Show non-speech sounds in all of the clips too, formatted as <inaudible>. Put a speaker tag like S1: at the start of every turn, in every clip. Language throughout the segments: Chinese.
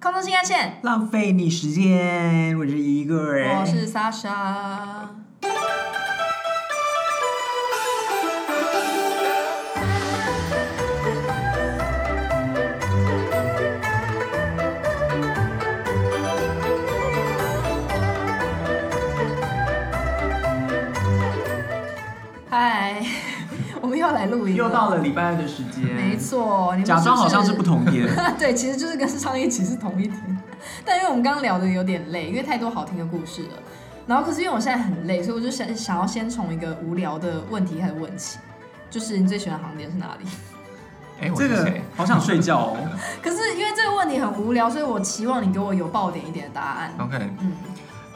S1: 空中新干线，
S2: 浪费你时间，我是一个人。
S1: 我是莎莎。嗨， <laughs> 我们又要来录音了，
S2: 又到了礼拜二的时间，
S1: 没，错，你们
S2: 假装好像
S1: 是
S2: 是不同天。
S1: <laughs> 对，其实就是跟上一集是同一天，但因为我们刚刚聊的有点累，因为太多好听的故事了。然后可是因为我现在很累，所以我就想想要先从一个无聊的问题开始问起，就是你最喜欢的航点是哪里？ <laughs>
S3: 哎，我
S2: 这
S3: 是
S2: 个
S3: 谁？
S2: 好想睡觉哦。
S1: 可是因为这个问题很无聊，所以我期望你给我有爆点一点的答案。
S3: OK，
S1: 嗯，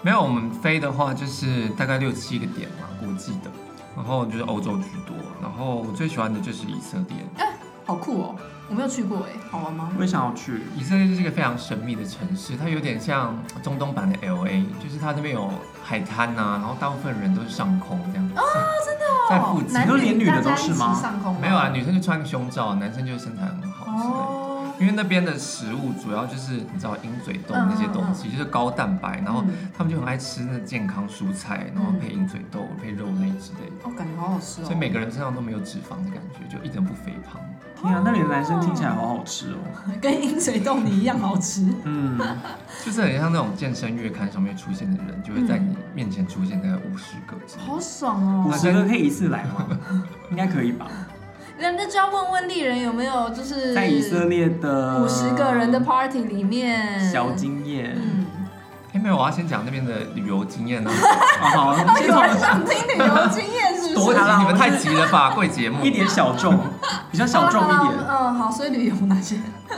S3: 没有，我们飞的话就是大概六七个点嘛，国际的，然后就是欧洲居多，然后我最喜欢的就是以色列。
S1: 好酷哦，我没有去过哎，好玩吗？
S2: 我也想要去，
S3: 以色列就是一个非常神秘的城市，它有点像中东版的 L A，就是它那边有海滩呐、啊然后大部分人都是上空这样子，在附近
S1: 哦男
S2: 都连女的
S1: 大家
S2: 都是
S1: 一起
S2: 吗
S1: 上空
S3: 没有啊，？女生就穿胸罩，男生就身材很好之类的。
S1: 哦，
S3: 因为那边的食物主要就是你知道鹰嘴豆那些东西，就是高蛋白，然后
S1: 嗯
S3: 他们就很爱吃那健康蔬菜，然后配鹰嘴豆、配肉类之类的，
S1: 哦，感觉好好吃哦。
S3: 所以每个人身上都没有脂肪的感觉，就一点都不肥胖。
S2: 天啊，那里的男生听起来好好吃哦。
S1: 跟饮水冻泥一样好
S3: <laughs>
S1: 吃。
S2: 嗯，
S3: 就是很像那种健身月刊上面出现的人，就会在你面前出现大概五十个之类的。
S1: 好爽哦！
S2: 五十个可以一次来吗？应该可以吧。
S1: 那那就要问问丽人有没有就是
S2: 在以色列
S3: 啊
S2: 的
S1: 五十个人的 party 里面，
S2: 小经验。
S1: 嗯，
S3: 哎、没有，我要先讲那边的旅游
S1: <laughs>
S3: 经验呢、
S2: 啊好，
S1: 到底
S2: 先
S1: 有
S2: 从
S1: 人想听旅游经验是不
S3: 多
S1: 是？
S3: 急，
S2: 好啦
S3: 你
S2: 我
S3: 们
S2: 们
S3: 太急了吧？贵节目
S2: 一点小众，比较小众一
S1: 好啦好
S2: 点。
S1: 啦嗯，好，所以旅游哪些 <laughs>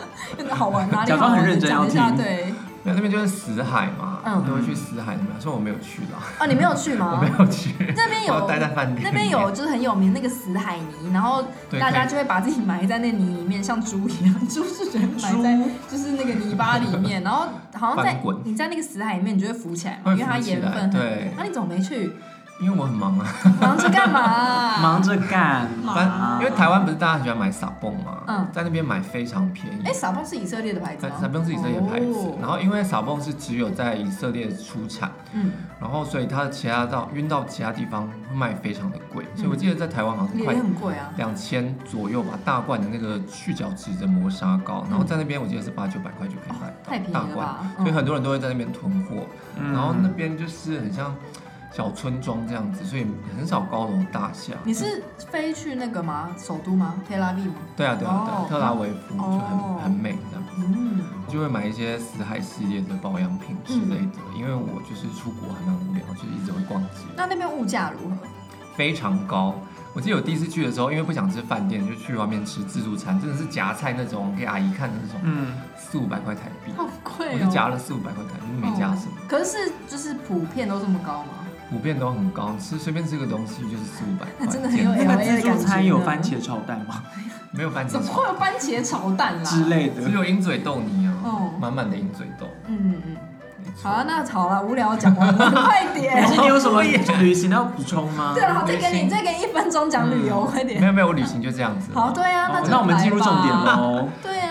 S1: 好玩哪里
S2: 假
S1: 好
S2: 装
S1: 玩？
S2: 很认真
S1: 讲一
S2: 要
S1: 下，
S2: 听
S1: 对。
S3: 没有，那边就是死海嘛，
S1: 嗯
S3: 都会去死海那边，虽然我没有去啦，
S1: 哦，你没有去
S3: 我
S1: 吗
S3: 没？有去，
S1: 那边
S3: 我
S1: 有
S3: 待在饭店，
S1: 那边有，就是很有名那个死海泥，然后
S3: 对
S1: 大家
S3: 可以
S1: 就会把自己埋在那泥里面，像猪一样，猪是觉得埋
S3: <laughs>
S1: 在就是那个泥巴里面，然后好像在
S3: 翻滚
S1: 你在那个死海里面，你就会浮起来嘛，
S3: 会
S1: 因为它
S3: 浮起
S1: 盐
S3: 来
S1: 分很啊
S3: 对。
S1: 那、你怎么没去？
S3: 因为我很忙啊，
S1: 忙着干嘛、啊？
S2: 忙着干，
S1: 啊
S3: 反因为台湾不是大家很喜欢买撒泵嘛，
S1: 嗯
S3: 在那边买非常便宜
S1: 哎、。傻棒是以色列的牌子
S3: 在
S1: 吗？
S3: 撒呃泵是以色列的牌子
S1: 哦，
S3: 然后因为撒泵是只有在以色列出产，
S1: 嗯，
S3: 然后所以它的其他到运到其他地方会卖非常的贵，所以我记得在台湾好像
S1: 嗯也
S3: 快
S1: 也很贵啊。
S3: 两千左右吧，大罐的那个去角质的磨砂膏，
S1: 嗯
S3: 然后在那边我记得是八九百块就可以买到，
S1: 太便宜
S3: 大
S1: 了
S3: 罐，
S1: 吧？嗯
S3: 所以很多人都会在那边囤货，
S2: 嗯
S3: 然后那边就是很像小村庄这样子，所以很少高楼大厦。
S1: 你是飞去那个吗？首都吗？特拉比吗？
S3: 对啊对啊对
S1: 哦
S3: 啊，特拉维夫就
S1: 哦
S3: 很很美这样。
S1: 嗯，
S3: 就会买一些死海系列的保养品之类的，因为我就是出国还蛮无聊，就是一直会逛街，
S1: 那那边物价如何？
S3: 非常高。我记得我第一次去的时候，因为不想吃饭店，就去外面吃自助餐，真的是夹菜那种给阿姨看的那种，
S2: 嗯，
S3: 四五百块台币，
S1: 好贵
S3: 我
S1: 哦、嗯
S3: 就夹了四五百块台币，没夹什么，
S1: 可是就是普遍都这么高吗？
S3: 普遍都很高，吃随便吃个东西就是四五百块，
S1: 真的很有
S3: 简
S2: 那
S3: 直
S2: 个自助餐有番茄炒蛋吗？
S3: <laughs> 没有番茄
S1: 怎么
S3: 炒
S1: 会，有番茄炒蛋
S2: 之
S1: 啦？
S2: 类的
S3: 只。有鹰嘴豆泥啊
S1: 哦，
S3: 满满的鹰嘴豆，
S1: 嗯嗯，
S3: 没错
S1: 好了，那好了，无聊讲完了，快
S2: 可是
S1: 点。
S2: <laughs> 你有什么旅行要补充吗
S1: 对？了，再给你再给你一分钟讲旅游，快
S3: 嗯没
S1: 点。
S3: 有没有，我旅行就这样子，
S1: 好，对啊，
S2: 好
S1: 就
S2: 那我们
S1: 来
S2: 进入
S1: 吧
S2: 重点。喽。
S1: 对啊，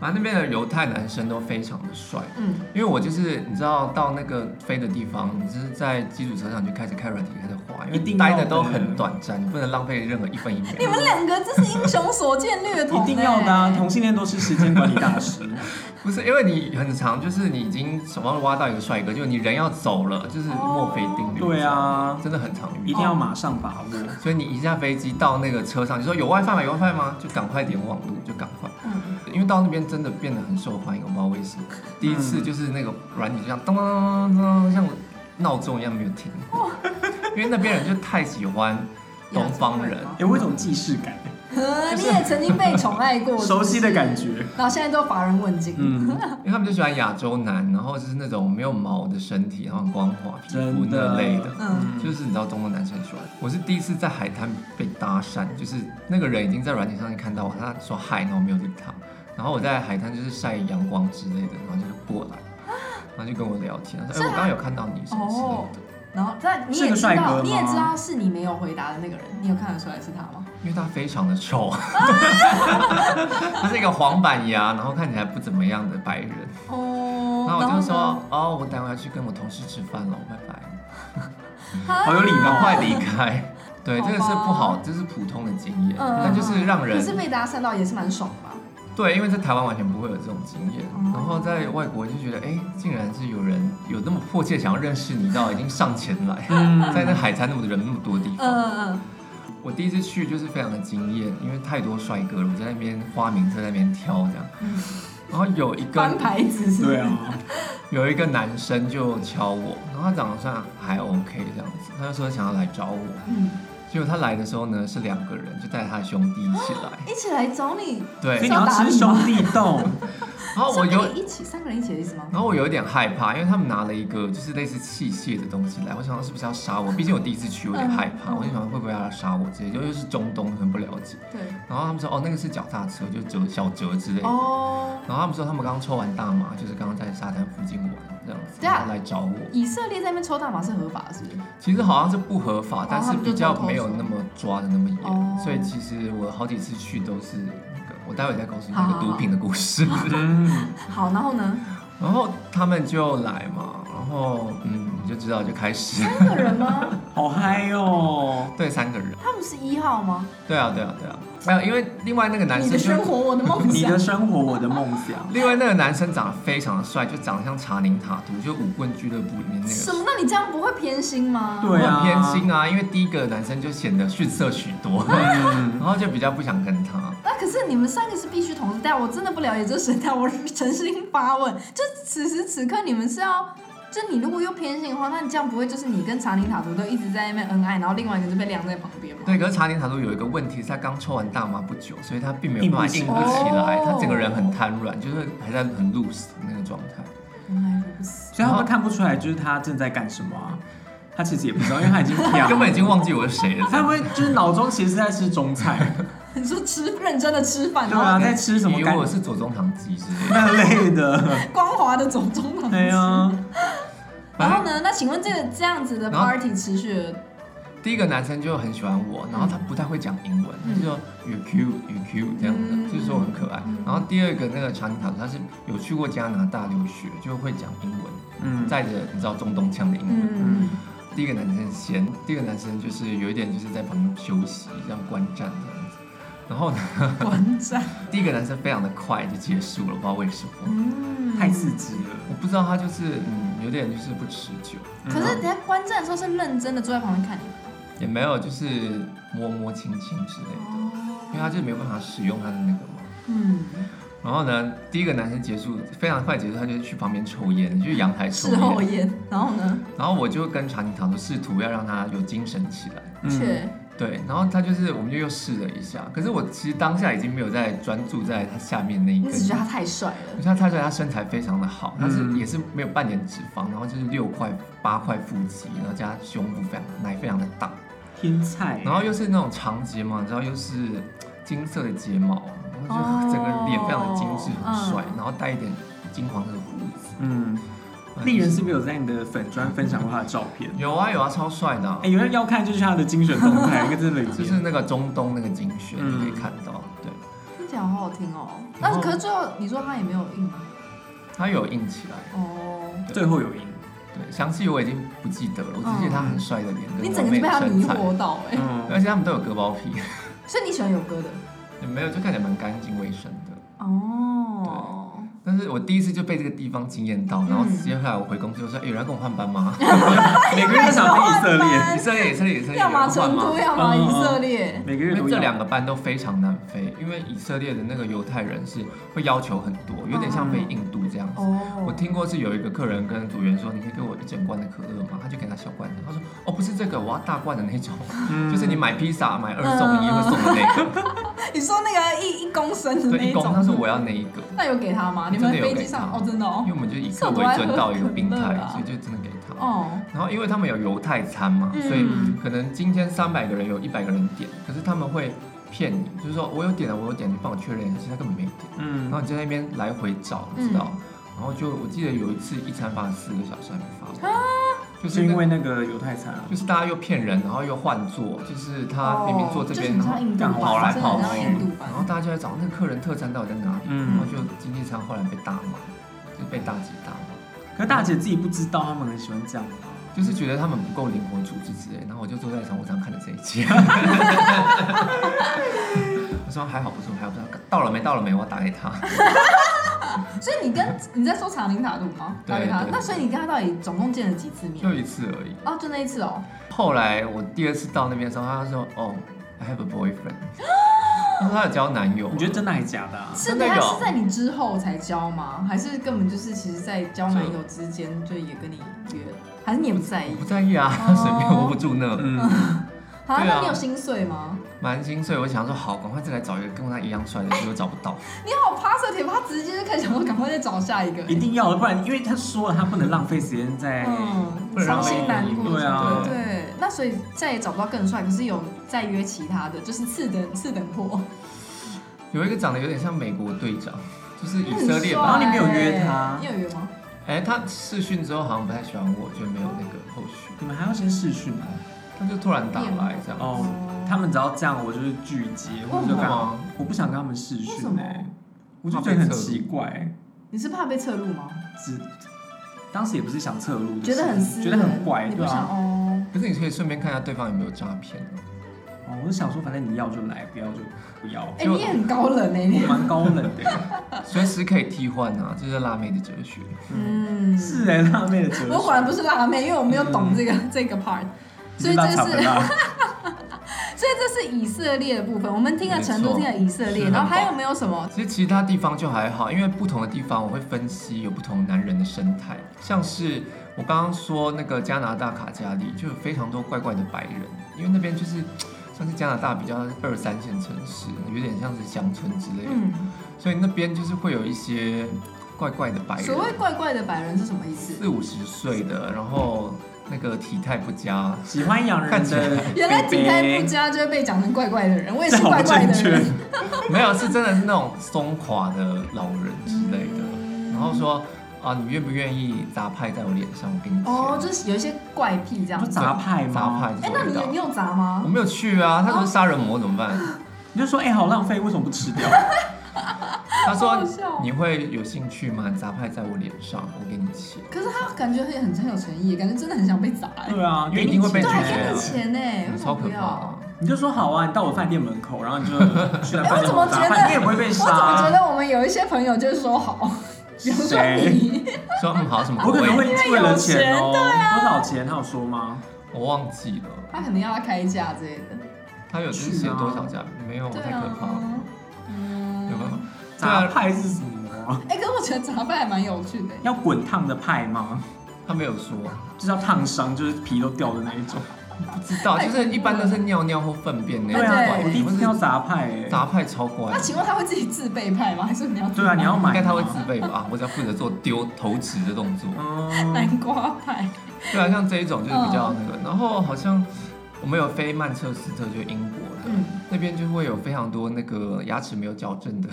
S3: 反正那边的犹太男生都非常的帅。
S1: 嗯，
S3: 因为我就是你知道到那个飞的地方，你就是在基础车上就开始开软体开始滑，因
S2: 一定
S3: 为
S2: 要
S3: 待的都很短暂，你不能浪费任何一分一秒。
S1: <laughs> 你们两个这是英雄所见略同、欸
S2: 一定要的啊，同性恋都是时间管理大 <laughs> 师。
S3: 不是因为你很长，就是你已经手上挖到一个帅哥，就你人要走了，就是墨菲定律。
S2: 对，啊，
S3: 真的很常遇
S2: 一
S3: 到。
S2: 定要马上把握。
S3: 所以你一下飞机到那个车上，你说有 WiFi 吗？有 WiFi 吗？就赶快点网路，就赶快。
S1: 嗯，
S3: 因为到那边真的变得很受欢迎，我不知道为什么。第一次就是那个软体就像咚咚咚咚咚，像闹钟一样没有停。因为那边人就太喜欢东方人，
S2: 有我有一种既视感，
S1: 呃你也曾经被宠爱过，
S2: <laughs> 熟悉的感
S1: 觉。
S2: 觉。
S1: 然后现在都乏人问津。
S2: 嗯，
S3: 因为他们就喜欢亚洲男，然后就是那种没有毛的身体，然后很光滑皮肤
S2: 真的
S3: 那类的。
S1: 嗯，
S3: 就是你知道中国男生很喜欢，我是第一次在海滩被搭讪，就是那个人已经在软件上面看到我，他说嗨，然后我没有理他，然后我在海滩就是晒阳光之类的，然后就是过来，然后就跟我聊天，他说哎、我刚刚有看到你什么之类的，
S1: 哦然后但你
S2: 是
S1: 也
S2: 个
S1: 知
S2: 帅
S1: 道，
S2: 哥
S1: 你也
S2: 吗
S1: 知道是你没有回答的那个人，你有看得出来是他吗？
S3: 因为他非常的 <laughs> 臭，他是一个黄板牙，然后看起来不怎么样的白人。
S1: 哦，
S3: 然后我就
S1: 呢
S3: 说，哦，我待会要去跟我同事吃饭了，拜拜，
S2: 好啊有礼
S3: 赶
S2: 貌。
S3: 快离开。对，
S1: 好
S3: 这
S1: 吧
S3: 个是不哦好，这是普通的经验，
S1: 嗯
S3: 但就是让
S1: 可是
S3: 人
S1: 被搭讪到也是蛮爽的吧？
S3: 对，因为在台湾完全不会有这种经验
S1: 哦，
S3: 然后在外国就觉得，哎，竟然是有人有那么迫切想要认识你，到已经上前
S1: <laughs>
S3: 来，
S2: 嗯
S3: 在那海滩那么人那么多地方，
S1: 嗯嗯
S3: 我第一次去就是非常的惊艳，因为太多帅哥了，我在那边花名册在那边挑这样，
S1: 嗯，
S3: <laughs> 然后有一
S1: 翻
S3: 个
S1: 牌子是不是
S2: 对，啊，
S3: 有一个男生就敲我，然后他长得算还 OK 这样子，他就说想要来找我，
S1: 嗯，
S3: 结果他来的时候呢是两个人，就带他的兄弟一起来，
S1: 一起来找你，
S3: 对
S2: 所以，你
S1: 想
S2: 要吃兄弟冻，
S3: 然后我
S1: 三个
S3: 有哦
S1: 人一起三个人一起的意思吗？
S3: 然后我有一点害怕，因为他们拿了一个就是类似器械的东西来，我想到是不是要杀我？毕竟我第一次去，我有点害
S1: 嗯
S3: 怕，
S1: 嗯
S3: 我就想会不会要杀我之类的，又又是中东，很不了解。
S1: 对，
S3: 然后他们说哦，那个是脚踏车，就折小折之类的。
S1: 哦，
S3: 然后他们说他们刚刚抽完大麻，就是刚刚在沙滩附近玩这样子，
S1: 对啊
S3: 然后来找我。
S1: 以色列在那边抽大麻是合法的，是不是？
S3: 其实好像是不合法
S1: 哦，
S3: 但是比较没有那么抓的那么
S1: 他们
S3: 严，
S1: 就
S3: 所以其实我好几次去都是那个，我待会再告诉你那个毒品的故事。
S2: 嗯，
S1: 好，然后呢？
S3: 然后他们就来嘛，然后嗯，你就知道就开始，
S1: 三个人吗？
S2: 好嗨哦，
S3: 对，三个人，
S1: 他们是一号吗？
S3: 对啊，对啊，对啊，没有，因为另外那个男
S1: 你
S3: 生
S1: 的
S3: 就
S1: 生活，我的梦
S2: 你
S1: 想
S2: 的。生活，我的梦想。
S3: 另外那个男生长得非常的帅，就长得像查宁塔图，就舞棍俱乐部里面那
S1: <laughs>
S3: 个
S1: 什么？那你这样不会偏心吗？
S2: 对
S3: 我
S2: 啊
S3: 很偏心啊，因为第一个男生就显得逊色许多， <laughs>
S2: 嗯
S3: 然后就比较不想跟他。
S1: 那可是你们三个是必须同时带，我真的不了解这神态，我是诚心发问。就此时此刻，你们是要，就你如果又偏心的话，那你这样不会就是你跟查理塔图都一直在那边恩爱，然后另外一个就被晾在旁边吗？
S3: 对，可是查理塔都有一个问题，是他刚抽完大麻不久，所以他并没有办法硬
S2: 硬
S3: 不
S2: 不
S1: 起
S3: 起来，
S1: 哦
S3: 他整个人很瘫软，就是还在很 loose 的那个状态。
S1: 原来如此。
S2: 所以他们看不出来，就是他正在干什么啊？他其实也不知道，因为他已 <laughs> 经
S3: 他
S2: 跳，
S3: 根本已经忘记我是谁了。
S2: 他会就是脑中其实在吃中菜， <laughs>
S1: 你说吃认真的吃饭，
S2: 对
S1: 然后
S2: 啊，在吃什么
S3: 以为
S2: 干
S3: 我是左宗棠鸡之类的。
S2: 那类 <laughs> 的，
S1: 光滑的走中堂。
S2: 对啊，
S1: 然后呢？那请问这个这样子的
S3: 然后
S1: party 持续了
S3: 第一个男生就很喜欢我，然后他不太会讲英文，
S1: 嗯
S3: 他就说 you cute you cute 这样的，
S1: 嗯
S3: 就是说我很可爱
S1: 嗯。
S3: 然后第二个那个查理塔图，他是有去过加拿大留学，就会讲英文，
S2: 嗯，
S3: 带着你知道中东腔的英文。
S1: 嗯，
S3: 第一个男生先，第二个男生就是有一点就是在旁边休息，这样观战这样子。然后呢， <laughs>
S1: 观战，
S3: 第一个男生非常的快就结束了，不知道为什么，
S1: 嗯，
S2: 太刺激了。
S3: 我不知道他就是嗯有点就是不持久，
S1: 可是人家观战的时候是认真的坐在旁边看你们
S3: 也没有就是摸摸亲亲之类的，因为他
S1: 哦，
S3: 就是没有办法使用他的那个嘛。
S1: 嗯，
S3: 然后呢，第一个男生结束非常快结束，他就去旁边抽烟，去阳台抽
S1: 事后
S3: 烟。
S1: 烟，然后呢？
S3: 然后我就跟查理塔都试图要让他有精神起来，
S2: 嗯
S1: 却
S3: 嗯对。然后他就是，我们就又试了一下，可是我其实当下已经没有在专注在他下面那一
S1: 你
S3: 根。
S1: 只觉得他太帅了
S3: 我，现在看出来他身材非常的好，但是
S2: 嗯
S3: 也是没有半点脂肪，然后就是六块八块腹肌，然后加胸部非常奶非常的大，
S2: 天菜，
S3: 然后又是那种长睫毛，你知道又是金色的睫毛，然后就整个脸非常的精致，很帅，
S1: 嗯
S3: 然后带一点金黄色的胡子。
S2: 嗯，丽人是不是有在你的粉砖分享过他的照片？
S3: 有啊有啊，超帅的啊、
S2: 哎，有人要看就是他的精选动 <laughs> 态，那个真的
S3: 就
S2: 就是
S3: 那个中东那个精选，
S2: 嗯
S3: 你可以看到，对，
S1: 听起来好好听哦。
S3: 然
S1: 但
S3: 后
S1: 是可是最后你说他也没有硬吗？
S3: 他有硬起来，
S1: 哦，
S2: 最后有赢，
S3: 对，详细我已经不记得了，我只记得他很帅的脸跟
S1: 你
S3: 完
S1: 整个
S3: 美
S1: 就被他
S3: 的身
S1: 迷
S3: 材，
S1: 惑到哎，
S2: 嗯，
S3: 而且他们都有割包皮， <laughs>
S1: 所以你喜欢有歌的
S3: 也没有就看起来蛮干净卫生的。
S1: 哦。
S3: 但是我第一次就被这个地方惊艳到，然后
S1: 嗯
S3: 接下来我回公司就说：“哎有人要跟我换班吗？ <laughs>
S2: 每个月都想在以色 <laughs> 列，
S3: 以色列，以色列，以色
S1: 哎
S3: 列，
S1: 要么
S3: 有人
S1: 成
S3: 换嗯
S1: 都，
S3: 吗
S1: 要么以色列。
S2: 每个月
S3: 因
S2: 都
S3: 为这两
S2: 要。
S3: 个班都非常难飞，因为以色列的那个犹太人是会要求很多，有点像飞印度这样子。
S1: 哦，
S3: 我听过是有一个客人跟组员说：“你可以给我一整罐的可乐吗？”他就给他小罐的，他说：“哦，不是这个，我要大罐的那种，
S2: 嗯
S3: <laughs> 就是你买披萨买二送一会送的那个，
S1: 你说那个一一公升的
S3: <laughs>
S1: 嗯
S3: 对，
S1: 那
S3: 一公。”他说：“
S1: 种，
S3: 我要那一个。”
S1: 那有给他吗？你们
S3: 真的有
S1: 飞
S3: 给
S1: 机上
S3: 他
S1: 哦，真的
S3: 因
S1: 哦
S3: 为，我们就以
S1: 是
S3: 客
S1: 我
S3: 为
S1: 都爱
S3: 尊
S1: 喝
S3: 到一个病
S1: 可乐
S3: 态
S1: 啊，
S3: 所以就真的给他。
S1: 哦，
S3: 然后因为他们有犹太餐嘛，所以
S1: 嗯
S3: 可能今天三百个人有一百个人点，可是他们会骗你，就是说我有点了，我有点，你帮我确认一下，其实他根本没点。
S2: 嗯
S3: 然后你在那边来回找，你知道？然后就我记得有一次一餐发了四个小时还没发完，就是
S2: 是因
S3: 那
S2: 为那个犹太餐啊，
S3: 就是大家又骗人，然后又换座，就是他明明坐这边，
S1: 哦就是
S3: 然
S1: 很像
S3: 后
S1: 印度
S2: 然
S1: 版，
S2: 后跑来跑
S1: 真
S2: 去
S1: 的很像印度版
S3: 然。后大家就在找那个客人特餐到底在哪里，然后
S2: 嗯，
S3: 就经济舱后来被大骂，就被大姐大骂，
S2: 可是大姐自己不知道，他们很喜欢这样吧。
S3: 就是觉得他们不够灵活组织之类。然后我就坐在商务舱看着这一切， <laughs> 我说还好不错，还好不错，到了没？到了没？我要打给他。
S1: 所以你跟你在说长宁塔路吗？
S3: 对
S1: 打给他
S3: 对。对
S1: 那所以你跟他到底总共见了几次面？
S3: 就一次而已。
S1: 哦，就那一次哦。
S3: 后来我第二次到那边的时候，他说：“哦、i have
S1: <gasps>
S3: a boyfriend。”他说他有交男友。
S2: 你觉得真的还是假的啊？
S1: 是
S3: 真
S1: 的，
S3: 的
S1: 他
S3: 有
S1: 是在你之后才交吗？还是根本就是其实在交男友之间就也跟你约了？还是你也不在意
S3: 我不？在意啊，
S1: 哦
S3: <laughs> 随便我不住那，
S2: 嗯，
S1: 好、
S3: 对啊
S1: 那你有心碎吗？
S3: 蛮心碎。我想说，好，赶快再来找一个跟他一样帅的，结果找不到。
S1: 你好 positive，他直接就开始想说赶快再找下一个。
S2: 一定要的，不然因为他说了，他不能浪费时间在。
S1: 嗯
S3: 不，然
S1: 伤
S3: 浪费
S1: 心难过，
S2: 对啊
S1: 对，那所以再也找不到更帅，可是有再约其他的，就是次等次等货，
S3: 有一个长得有点像美国队长，就是以
S1: 很
S3: 色
S1: 帅欸
S3: 列
S2: 然后
S3: 吧。
S2: 你没有约他
S1: 你有约吗？
S3: 哎、他试训之后好像不太喜欢我，就没有那个后续。
S2: 你们还要先试训啊？
S3: 他就突然打来这样。
S2: 哦
S1: 嗯
S2: 他们只要这样，我就是拒接，或者就
S3: 为什
S2: 干
S3: 么
S2: 嘛？我不想跟他们试
S1: 为
S2: 训
S1: 什么
S2: 哎，我就觉得很奇怪。
S1: 你是怕被侧录吗？
S2: 只当时也不是想侧录，
S1: 觉得很
S2: 就是
S1: 私人，
S2: 觉得很怪，
S1: 你
S2: 对
S1: 不想
S2: 吧？
S1: 哦？
S3: 可是你可以顺便看一下对方有没有诈骗啊。
S2: 哦，我就想说，反正你要就来，不要就不要。
S1: 哎，
S3: 就
S1: 你也很高冷哎，你
S2: 我蛮高冷的，
S1: <laughs>
S3: 哦随时可以替换啊，这、是辣妹的哲学。
S1: 嗯，
S2: 是哎，辣妹的哲学。
S1: 我果然不是辣妹，因为我没有懂这个这个 part。
S2: 你
S1: 所以
S2: 是
S1: 这
S2: 辣
S1: 是
S2: 炒粉辣，
S1: <laughs> 所以这是以色列的部分，我们听了成都，
S3: 没错
S1: 听了以色列，
S3: 是很
S1: 然后还有没有什么？
S3: 其实其他地方就还好，因为不同的地方我会分析有不同男人的生态，像是我刚刚说那个加拿大卡加利就有非常多怪怪的白人，因为那边就是算是加拿大比较二三线城市，有点像是乡村之类的，
S1: 嗯，
S3: 所以那边就是会有一些怪怪的白人
S1: 所，谓怪怪的白人是什么意思？
S3: 四五十岁的，然后那个体态不佳，
S2: 喜欢洋
S1: <laughs>
S2: 人
S3: 看起来
S2: 的
S1: 原来体态不
S2: 北北
S1: 佳就会被讲成怪怪的人，我也
S2: <laughs> 这
S1: 是
S2: 好
S1: 怪
S2: 不
S1: 怪
S2: 正
S1: 的
S2: 确
S1: 人。
S3: 没有是真的是那种松垮的老人之类的，
S1: 嗯
S3: 然后说。啊，你愿不愿意砸派在我脸上？我给你钱。
S1: 哦，就是有一些怪癖这样
S2: 不
S1: 子。
S2: 杂派吗？
S3: 杂派
S1: 哎、那你有你有砸吗
S3: 我？没有去啊，他说杀人魔怎么办？
S1: <laughs>
S2: 你就说哎，好浪费，为什么不吃掉？
S3: 他
S1: 好
S3: 说
S1: 好笑
S3: 你会有兴趣吗？你砸派在我脸上，我给你钱。
S1: 可是他感觉很很很有诚意，感觉真的很想被砸、哎
S2: <laughs> 对啊，
S3: 因
S2: 给
S3: 为
S2: 你
S3: 一定会被
S1: 对，
S2: 钱
S1: 还
S3: 拒绝
S1: 给
S3: 啊
S1: 你钱呢、哎为什
S3: 超
S1: 么不
S3: 可怕、
S1: 要？
S3: 啊！
S2: 你就说好啊，你到我饭店门口，然后你就
S1: <laughs>
S2: 去那
S1: 哎
S2: 饭
S1: 我
S2: 店
S1: 怎么觉
S2: 门口
S1: 得
S2: 砸饭，你也不会被
S1: 我怎么觉
S2: 杀。
S1: 得我们有一些朋友就是说好，比如说你，
S3: 说嗯好什么
S2: 我
S3: 口
S2: 可能会
S3: 味？
S2: 为了钱哦，多少钱？他有说吗？
S3: 我忘记了，
S1: 他可能要开价之类的。
S3: 他有是写多少
S1: 啊
S3: 价？没有，
S1: 对
S3: 太可怕了，
S1: 啊，嗯
S3: 有没有？对
S2: 砸
S3: 啊，
S2: 派是什么？
S1: 哎、可是我觉得砸饭还蛮有趣的、
S2: 要滚烫的派吗？
S3: 他没有说，
S2: 就是要烫伤，就是皮都掉的那一种。
S3: 不知道，
S1: 太
S3: 就是一般都是尿尿或粪便那
S2: 对
S3: 种
S1: 哎对
S2: 啊，
S3: 怪
S2: 我第一次听到砸派哎。
S3: 砸派超乖
S1: 那，请问他会自己自备派吗？还是你要自
S2: 对啊，你要
S3: 应
S2: 买吗。
S3: 该他会自备吧？我只要负责做丢投掷的动作。
S2: 嗯，
S1: <laughs> 南瓜派？
S3: 对
S1: 嗯
S3: 啊，像这一种就是比较那个，然后好像我们有飞曼彻斯特，就是英国的，
S1: 嗯
S3: 那边就会有非常多那个牙齿没有矫
S1: <laughs>
S3: 正的。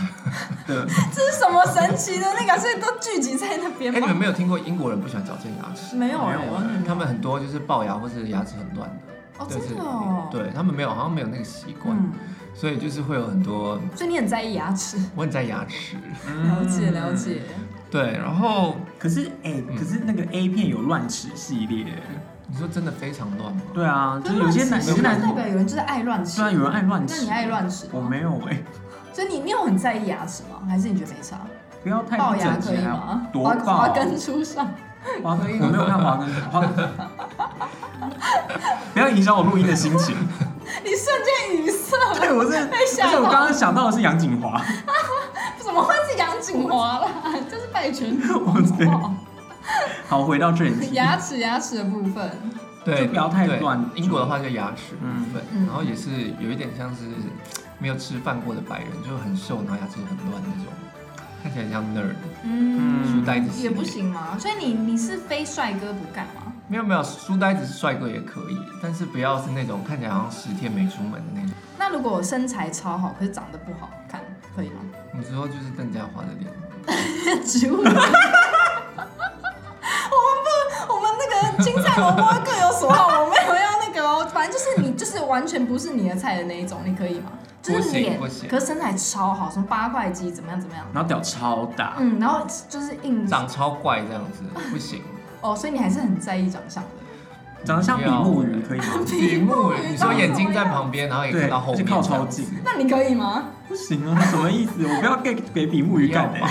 S2: 对，
S1: 这是什么神奇的那个？所以都聚集在那边
S3: 哎、
S1: 吗？
S3: 你们没有听过英国人不喜欢矫正牙齿？
S1: 没有哎、
S2: 没有
S1: 完全没有
S3: 他们很多就是龅牙或是牙齿很乱的，
S1: 哦，
S3: 对
S1: 真的哦，，
S3: 对他们没有，好像没有那个习惯，
S1: 嗯，
S3: 所以就是会有很多
S1: 所以你很在意牙齿，
S3: 问在牙齿。
S1: 了解了解。
S3: 对，然后
S2: 可是哎、可是那个 A 片有乱齿系列，
S3: 你说真的非常乱吗？
S2: 对啊，就是有些男有些男
S1: 代表有人就是爱乱吃
S2: 虽，然有人爱乱齿，
S1: 那你爱乱吃吗？
S2: 我没有哎、
S1: 所以你你有很在意牙齿吗？还是你觉得没差？
S2: 不要太
S1: 龅
S2: 不
S1: 牙
S2: 整
S1: 可
S2: 洁
S1: 以
S2: 啊
S1: 吗，？
S2: 多
S1: 华
S2: 爆
S1: 华根粗上，
S2: 华根，我没有看华根，华根，不要影响我录音的心情。 <laughs>
S1: 你瞬间语塞，
S2: 对我是，
S1: 被吓
S2: 但是
S1: 到
S2: 我刚刚想到的是杨景华，
S1: 怎么会是杨景华啦？这是拜
S2: <laughs>
S1: 权
S2: 我知道好，回到正题，
S1: 哦牙齿牙齿的部分，
S3: 对，
S2: 就不要太
S3: 对
S2: 乱
S3: 英国的话就牙齿部分，
S1: 嗯嗯
S3: 然后也是有一点像是没有吃饭过的白人，就很瘦，然后牙齿很乱那种，看起来很像 nerd
S1: 嗯，
S3: 书呆子系
S1: 也
S3: 列
S1: 不。行嘛。所以你你是非帅哥不干嘛？
S3: 没有没有，书呆子是帅哥也可以，但是不要是那种看起来好像十天没出门的那种。
S1: 那如果我身材超好，可是长得不好看，可以吗？
S3: 你之后就是邓家华的脸，
S1: <laughs> 植物人。我们不，我们那个金灿我不会各有所好，我没有要那个哦。反正就是你，就是完全不是你的菜的那一种，你可以吗？就
S3: 不
S1: 是
S3: 行
S1: 脸
S3: 不，行
S1: 可是身材超好，什么八块肌怎么样怎么样，
S2: 然后屌超大，
S1: 嗯，然后就是硬
S3: 长超怪这样子，不行。
S1: 哦，所以你还是很在意长相的。
S2: 长得像比目鱼可以吗？
S3: 比目
S1: 比目鱼
S3: 鱼，你说眼睛在旁边，然后也
S2: 对，
S3: 看到
S2: 而
S3: 后
S2: 且
S3: 面，
S2: 靠超近，
S1: 那你可以吗？ <laughs>
S2: 不行啊，什么意思？我不要给给比目鱼干
S3: 不
S2: 的
S3: 要。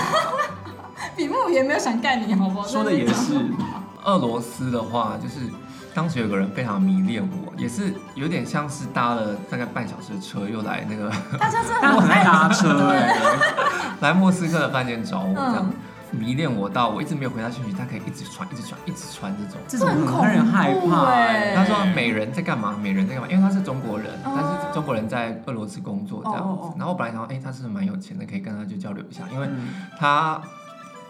S1: 比目鱼也没有想干你，好不好？
S2: 说的也是，
S3: 俄罗斯的话，就是当时有个人非常迷恋我，也是有点像是搭了大概半小时的车，又来那个 <laughs>
S1: 大家真的
S2: 但我
S1: 很
S2: 很爱
S1: 爱
S2: 搭车哎、
S3: 来莫斯科的饭店找我，这样
S1: 嗯、
S3: 迷恋我到我一直没有回他讯息，他可以一直传，一直传，一直传这种。
S2: 这种很让人害怕哎、
S1: 对
S3: 他说美人在干嘛？美人在干嘛？因为他是中国人，
S1: 哦
S3: 但是中国人在俄罗斯工作这样子。
S1: 哦哦哦
S3: 然后我本来想说，哎、他是不是蛮有钱的，可以跟他就交流一下，
S1: 欸
S3: 因为
S2: 嗯
S3: 他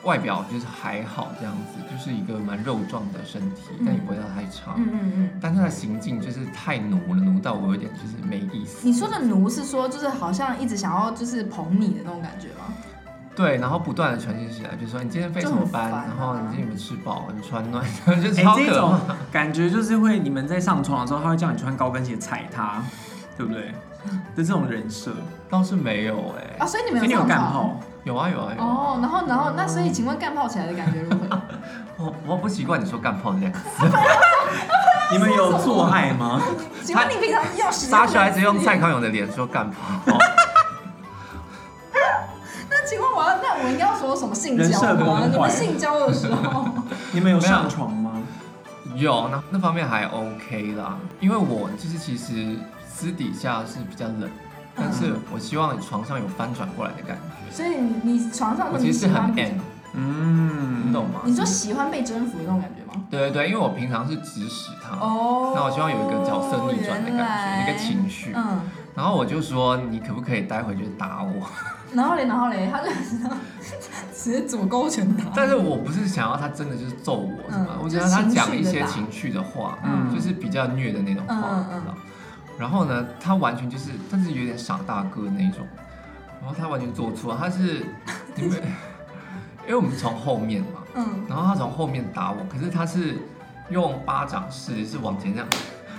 S3: 外表就是还好这样子，就是一个蛮肉壮的身体，
S1: 嗯
S3: 但也不会到太差。
S1: 嗯嗯嗯。
S3: 但是他的行径就是太奴了，奴到我有点就是没意思。
S1: 你说的奴是说，就是好像一直想要就是捧你的那种感觉吗？
S3: 对，然后不断的传讯息来，就说你今天飞什么班，
S1: 就很烦啊
S3: 然后你今天有没有吃饱，你穿暖， <laughs> 就
S2: 哎、
S3: 超
S2: 这
S3: 可
S2: 种
S3: 怕。
S2: 感觉就是会，你们在上床的时候，他会叫你穿高跟鞋踩他，对不对？就这种人设，
S3: 倒是没有哎、
S1: 啊，所以你
S2: 所
S1: 们
S2: 以你有
S1: 上
S2: 干
S1: 床
S2: 炮，
S3: 有啊有啊有啊，
S1: 哦，然后然后那所以请问干炮起来的感觉如何？ <laughs>
S3: 我哦我不习惯你说干炮这样，
S2: 你们有做爱吗？
S1: 请问你平常用时间？
S3: 傻小孩子用蔡康永的脸说干炮，哦
S1: 那请问我要那我应该要说什么性
S2: 人
S1: 交
S2: 设崩
S1: 吗？
S2: 坏
S1: 你们性交的时候， <laughs>
S2: 你们有
S3: 没有
S2: 上床吗？
S3: 有 <laughs> 那那方面还 OK 啦，因为我就是其实私底下是比较冷，但是
S1: 嗯
S3: 我希望你床上有翻转过来的感觉，
S1: 所以你你床上
S3: 我
S1: 的
S3: 其
S1: 你
S3: 实
S1: 喜
S3: 是很
S1: 欢被
S3: M，
S2: 嗯，
S3: 你懂吗？
S1: 你说喜欢被征服的那种感觉
S3: <laughs>
S1: 吗？
S3: 对对对，因为我平常是指使他，
S1: 哦，
S3: 那我希望有一个角色逆转的感觉，一个
S1: 原来。
S3: 情绪。
S1: 嗯，
S3: 然后我就说，你可不可以待会就打我？
S1: 然后嘞，然后嘞，他就只是左勾拳
S3: <laughs>
S1: 打。
S3: 但是我不是想要他真的就是揍我什么，
S1: 嗯
S3: 我觉得他讲一
S1: 就是情绪
S3: 些
S1: 的打
S3: 情绪的话，
S2: 嗯
S3: 就是比较虐的那种话，
S1: 嗯嗯嗯
S3: 你知道然后呢，他完全就是，但是有点傻大哥那种。然后他完全做错，他是因为 <laughs> 因为我们从后面嘛，
S1: 嗯，
S3: 然后他从后面打我，可是他是用巴掌式，是往前这样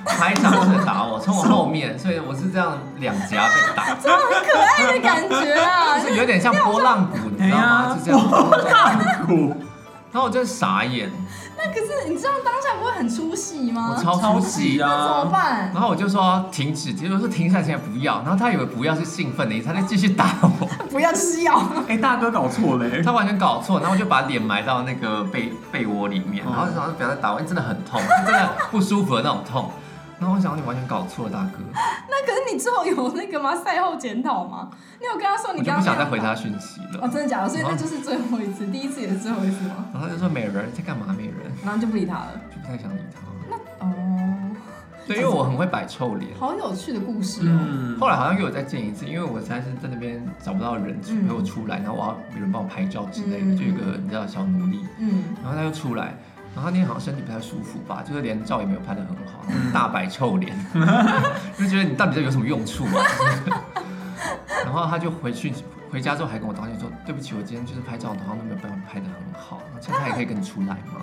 S3: 拍掌式地打我，从我后面，所以我是这样两颊被打。
S1: 真的很可爱的感觉啊！ <laughs>
S3: 就是有点像波浪鼓，你知道吗？是这样。
S2: 大鼓，
S3: 然后我就傻眼，
S1: 那可是你知道当下不会很出戏吗？
S3: 我超出
S2: 超
S3: 戏
S2: 级啊
S1: 那怎么办？
S3: 然后我就说停止，结果说停下来，现在不要。然后他以为不要是兴奋的意思，他就继续打我，
S1: 不要就是要。
S2: 哎、大哥搞错了、欸，
S3: 他完全搞错。然后我就把脸埋到那个被被窝里面，
S2: 嗯
S3: 然后就想说不要再打我，因为欸真的很痛，是真的不舒服的那种痛。然后我想说你完全搞错了，大哥，
S1: <laughs> 那可是你之后有那个吗？赛后检讨吗？你有跟他说
S3: 我
S1: 你
S3: 就
S1: 刚
S3: 不
S1: 刚
S3: 想再
S1: 那
S3: 回
S1: 样打
S3: 他讯息
S1: 哦，
S3: 了。嗯
S1: 真的假的？所以那就是最后一次，第一次也是最后一次吗？
S3: 然后他就说美人在干嘛？美人
S1: 然后就不理他了。
S3: 就不太想理他。
S1: 哦，
S3: 对，因为我很会摆臭脸。
S1: 好有趣的故事哦。
S2: 嗯，
S3: 后来好像又有再见一次，因为我实在是在那边找不到人去陪我出来，然后我要有人帮我拍照之类的，
S1: 嗯
S3: 就有一个你知道小奴隶，
S1: 嗯，
S3: 然后他就出来，然后他那天好像身体不太舒服吧，就是连照也没有拍得很好，然后大摆臭脸， <laughs> 就觉得你到底在有什么用处嘛？ <laughs> 然后他就回去回家之后还跟我道歉说，对不起，我今天就是拍照，然后都没有办法拍得很好，那下次还可以跟你出来吗？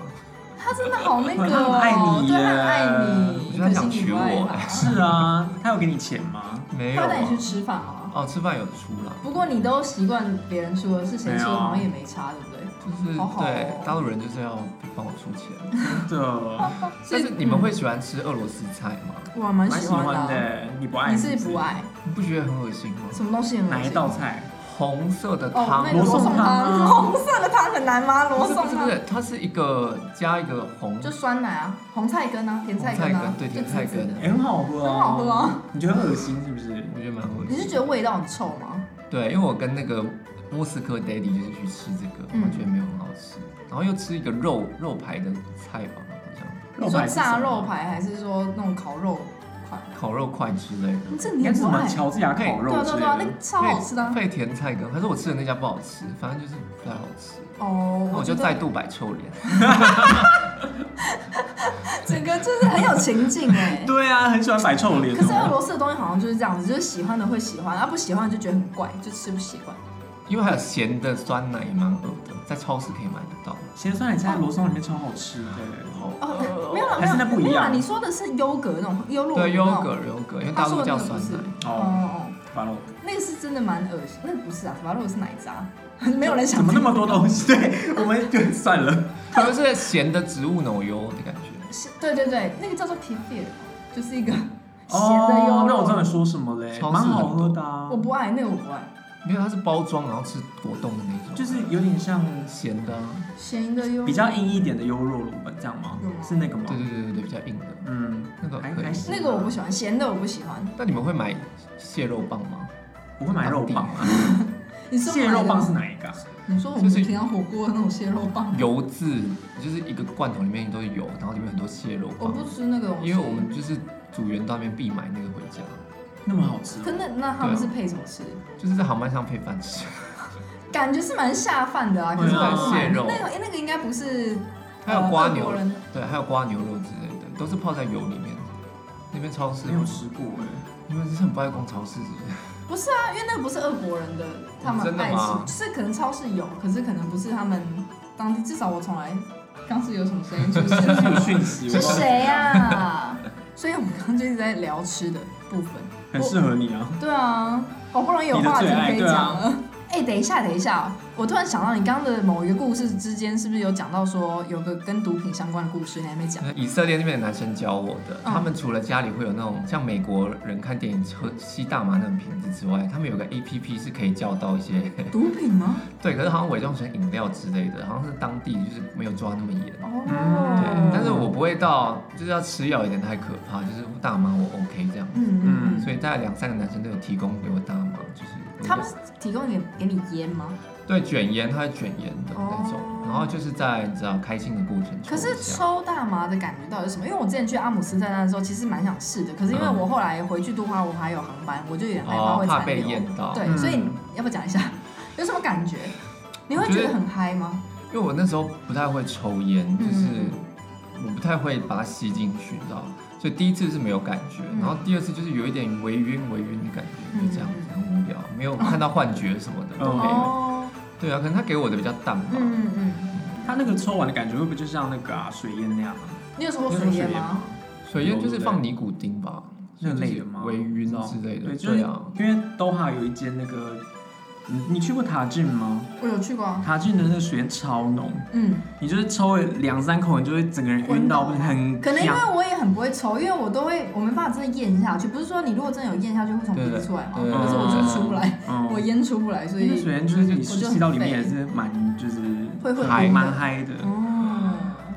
S1: 他真的好那个
S2: 他
S1: 哦，
S2: 很爱你
S1: 对，他很
S2: 耶
S1: 爱你。
S3: 我觉得他想娶我
S1: 可惜你不爱他
S2: 是啊，他有给你钱吗？
S3: <laughs> 没有
S1: 他带
S3: 啊
S1: 你，去吃饭吗？
S3: 哦，吃饭有出啦，
S1: 不过你都习惯别人出了，是谁
S2: 没
S1: 出
S3: 啊
S2: 有
S1: 好像也没差，对不对？
S3: 就是
S1: 好好哦
S3: 对大陆人就是要帮我出钱。
S2: 真的，
S1: <laughs> 所
S3: 但
S1: 以
S3: 是你们会喜欢吃俄罗斯菜吗？
S1: 我蛮
S2: 蛮
S1: 喜
S2: 喜
S1: 欢
S2: 欢的、
S1: 啊。
S2: 你不爱
S1: 你
S2: 是
S1: 是
S2: 不
S1: 不
S2: 是？
S1: 爱
S3: 你不觉得很恶心吗？
S1: 什么东西很恶心
S2: 哪一道菜？
S3: 红色的
S1: 哦
S3: 汤，，
S1: 那个罗宋
S2: 罗宋汤
S1: 汤，
S2: 啊
S1: 红色的汤很难吗？罗
S3: 不是
S1: 宋
S3: 不是
S1: 汤
S3: 不是，它是一个加一个红，
S1: 就酸奶啊，红菜根啊，甜
S3: 红
S1: 菜
S3: 菜
S1: 根啊
S3: 根，，对
S1: 就
S3: 甜
S1: 紫
S3: 菜
S1: 紫的
S3: 根，
S2: 哎很好喝、哦，
S1: 很好喝啊。
S2: 你觉得很恶心是不是？
S3: 我觉得蛮恶
S1: 你是
S3: 心。
S1: 觉得味道很臭吗？
S3: 对，因为我跟那个莫斯科 daddy 就是去吃这个，
S1: 嗯
S3: 我觉得没有很好吃，然后又吃一个肉肉排的菜吧，好像
S1: 你
S2: 肉
S1: 说
S2: 排是什
S1: 炸
S2: 么
S1: 肉排还是说那种烤肉块？
S3: 烤肉块之类的。
S1: 嗯你这
S2: 嗯应
S1: 你也
S2: 该是
S1: 不
S2: 什么
S1: 爱？
S2: 乔治亚烤
S1: 对
S2: 肉
S1: 啊
S2: 之
S1: 对啊对啊，
S2: 类
S1: 那
S2: 的。
S1: 个。超好吃的啊。
S3: 配甜菜根，可是我吃的那家不好吃，反正就是不太好吃，
S1: 哦
S3: 那，我
S1: 我
S3: 就
S1: 觉
S3: 再
S1: 得
S3: 度摆臭脸。
S1: <laughs> 整个就是很有情境哎
S2: <laughs> 对啊，很喜欢摆臭脸、哦。
S1: 可是俄罗斯的东西好像就是这样子，就是喜欢的会喜欢，啊不喜欢就觉得很怪，就吃不习惯。
S3: 因为还有咸的酸奶也蛮恶的，在超市可以买得到。
S2: 咸酸奶现在罗宋里面超好吃的，
S3: 好
S1: 哦， <laughs> 没有啦，
S2: 呃
S1: 没
S2: 还
S1: 有啦
S2: 是那不一
S1: 没有啦
S2: 样
S1: 你说的是优格那种优酪乳
S3: 对，优
S1: 那种
S3: 格优格，因为
S1: 他
S3: 大
S1: 说
S3: 陆
S1: 的
S3: 叫
S1: 那个
S3: 酸
S1: 不是
S3: 奶。
S1: 哦
S2: 哦，
S1: 哦，
S2: 完了，
S1: 哦那个是真的蛮恶心，那个不是啊，法洛是奶渣， <laughs> 没有人想
S2: 怎么那么多东西？ <laughs> 对，我们就算了。
S3: 可能是咸的植物奶油的感觉，
S1: 是，对对对，那个叫做 p i f i 就是一个咸的优酪
S2: 哦，
S1: 乳
S2: 那我知道你说什么嘞，
S3: 超
S2: 蛮
S3: 市很多
S2: 好喝的啊
S1: 我，不爱那个，我不爱
S3: 没有它是包装然后吃果冻的那种，
S2: 就是有点像
S3: 咸的、啊。
S1: 咸的优酪乳
S2: 比较硬一点的优酪乳吧，这样吗
S1: 有吗？
S2: 是那个吗
S3: 对？对对对对，比较硬的
S2: 嗯，
S3: 那个
S2: 还
S3: 可
S2: 还
S3: 以。
S2: 行
S1: 那个我不喜欢，咸的我不喜欢。
S3: 那你们会买蟹肉棒吗？
S2: 我会买肉棒啊。
S1: 你说
S2: 蟹肉棒是
S1: 哪？
S2: 哪一个啊？
S1: 你说我们
S3: 就是
S1: 平常火锅的那种蟹肉棒吗？
S3: 油渍就是一个罐头里面都是油，然后里面很多蟹肉
S1: 我
S3: 棒
S1: 不，吃那个东西，
S3: 因为我们就是组员到那边必买那个回家，
S2: 那么好吃哦？
S1: 可那那他们是配什么吃？
S3: 就是在航班上配饭吃。
S1: 感觉是蛮下饭的啊，可
S2: 对啊
S1: 是我不买
S3: 蟹肉
S1: 那个那个应该不是
S3: 还有瓜
S1: 呃各
S3: 牛
S1: 国
S3: 肉，
S1: 人
S3: 对，还有瓜牛肉之类的，都是泡在油里面的。那边超市
S2: 没有吃过欸
S3: 你们是很不爱逛超市是不是？
S1: 不是啊，因为那个不是俄国人的，他们
S3: 真的
S1: 爱
S3: 吗
S1: 吃，就是可能超市有，可是可能不是他们当地，至少我从来刚是有什么声音出现，
S2: 哎，这有讯
S1: <laughs>
S2: 息，
S1: 是
S2: 我忘了
S1: 谁啊？ <laughs> 所以我们刚刚就一直在聊吃的部分，
S2: 很适合你啊。
S1: 对啊，好不容易有话题可以讲
S2: 你的
S3: 啊
S1: 了。哎、等一下，等一下，我突然想到你刚刚的某一个故事之间，是不是有讲到说有个跟毒品相关的故事？你还没讲。
S3: <laughs> 以色列那边的男生教我的，
S1: 嗯
S3: 他们除了家里会有那种像美国人看电影喝吸大麻那种瓶子之外，他们有个 A P P 是可以叫到一些， <laughs>
S1: 毒品吗？
S3: 对，可是好像伪装成饮料之类的，好像是当地就是没有抓那么严。
S1: 哦、
S2: 嗯
S3: 对，但是我不会到就是要吃药有点太可怕，就是大麻我 OK 这样，
S1: 嗯嗯
S3: 所以大概两三个男生都有提供给我大麻，就是我
S1: 嗯，他们是提供给给你烟吗？
S3: 对卷烟，它是卷烟的那种，
S1: 哦
S3: 然后就是在你知道开心的过程中，
S1: 可是抽大麻的感觉到底是什么？因为我之前去阿姆斯特丹的时候，其实蛮想试的，可是因为我后来回去杜哈，我还有航班，我就有点害怕
S3: 哦
S1: 会
S3: 怕
S1: 残
S3: 被
S1: 留。
S3: 验到，
S1: 对，
S2: 嗯
S1: 所以你要不要讲一下 <laughs> 有什么感觉？你会觉得很嗨吗？
S3: 因为我那时候不太会抽烟，
S1: 嗯
S3: 就是我不太会把它吸进去，你知道吗？所以第一次是没有感觉，
S1: 嗯
S3: 然后第二次就是有一点微晕微晕的感觉，
S1: 嗯
S3: 就这样子很无聊，没有看到幻觉什么的都
S2: 嗯
S3: 没有。
S1: 哦，
S3: 对啊，可能他给我的比较淡吧。
S1: 嗯嗯嗯，
S2: 它那个抽完的感觉会不会就像那个啊水烟那样啊？
S1: 你有抽过水烟吗？
S3: 水烟就是放尼古丁吧，
S2: 那类的吗？
S3: 微晕之类的。
S2: 对，就是
S3: 对啊，
S2: 因为都哈有一间那个，你你去过塔郡吗？
S1: 我有去过啊。
S2: 塔郡的那个水烟超浓，
S1: 嗯，
S2: 你就是抽了两三口，你就会整个人晕到
S1: 昏倒
S2: 很
S1: 可能因
S2: 呛
S1: 为我也很不会抽，因为我都会，我没办法真的咽下去。不是说你如果真的有咽下去会从鼻子出来吗？
S3: 对
S2: 对
S1: 可是我就是出不来，
S2: 嗯，
S1: 我烟出不来，所
S2: 那个
S1: 以
S2: 水烟就是你
S1: 我就很
S2: 吸到里面
S1: 废
S2: 也是蛮就是
S1: 会会
S2: 嗨
S1: 晕
S2: 蛮
S1: 的。
S2: 嗨的，
S1: 哦。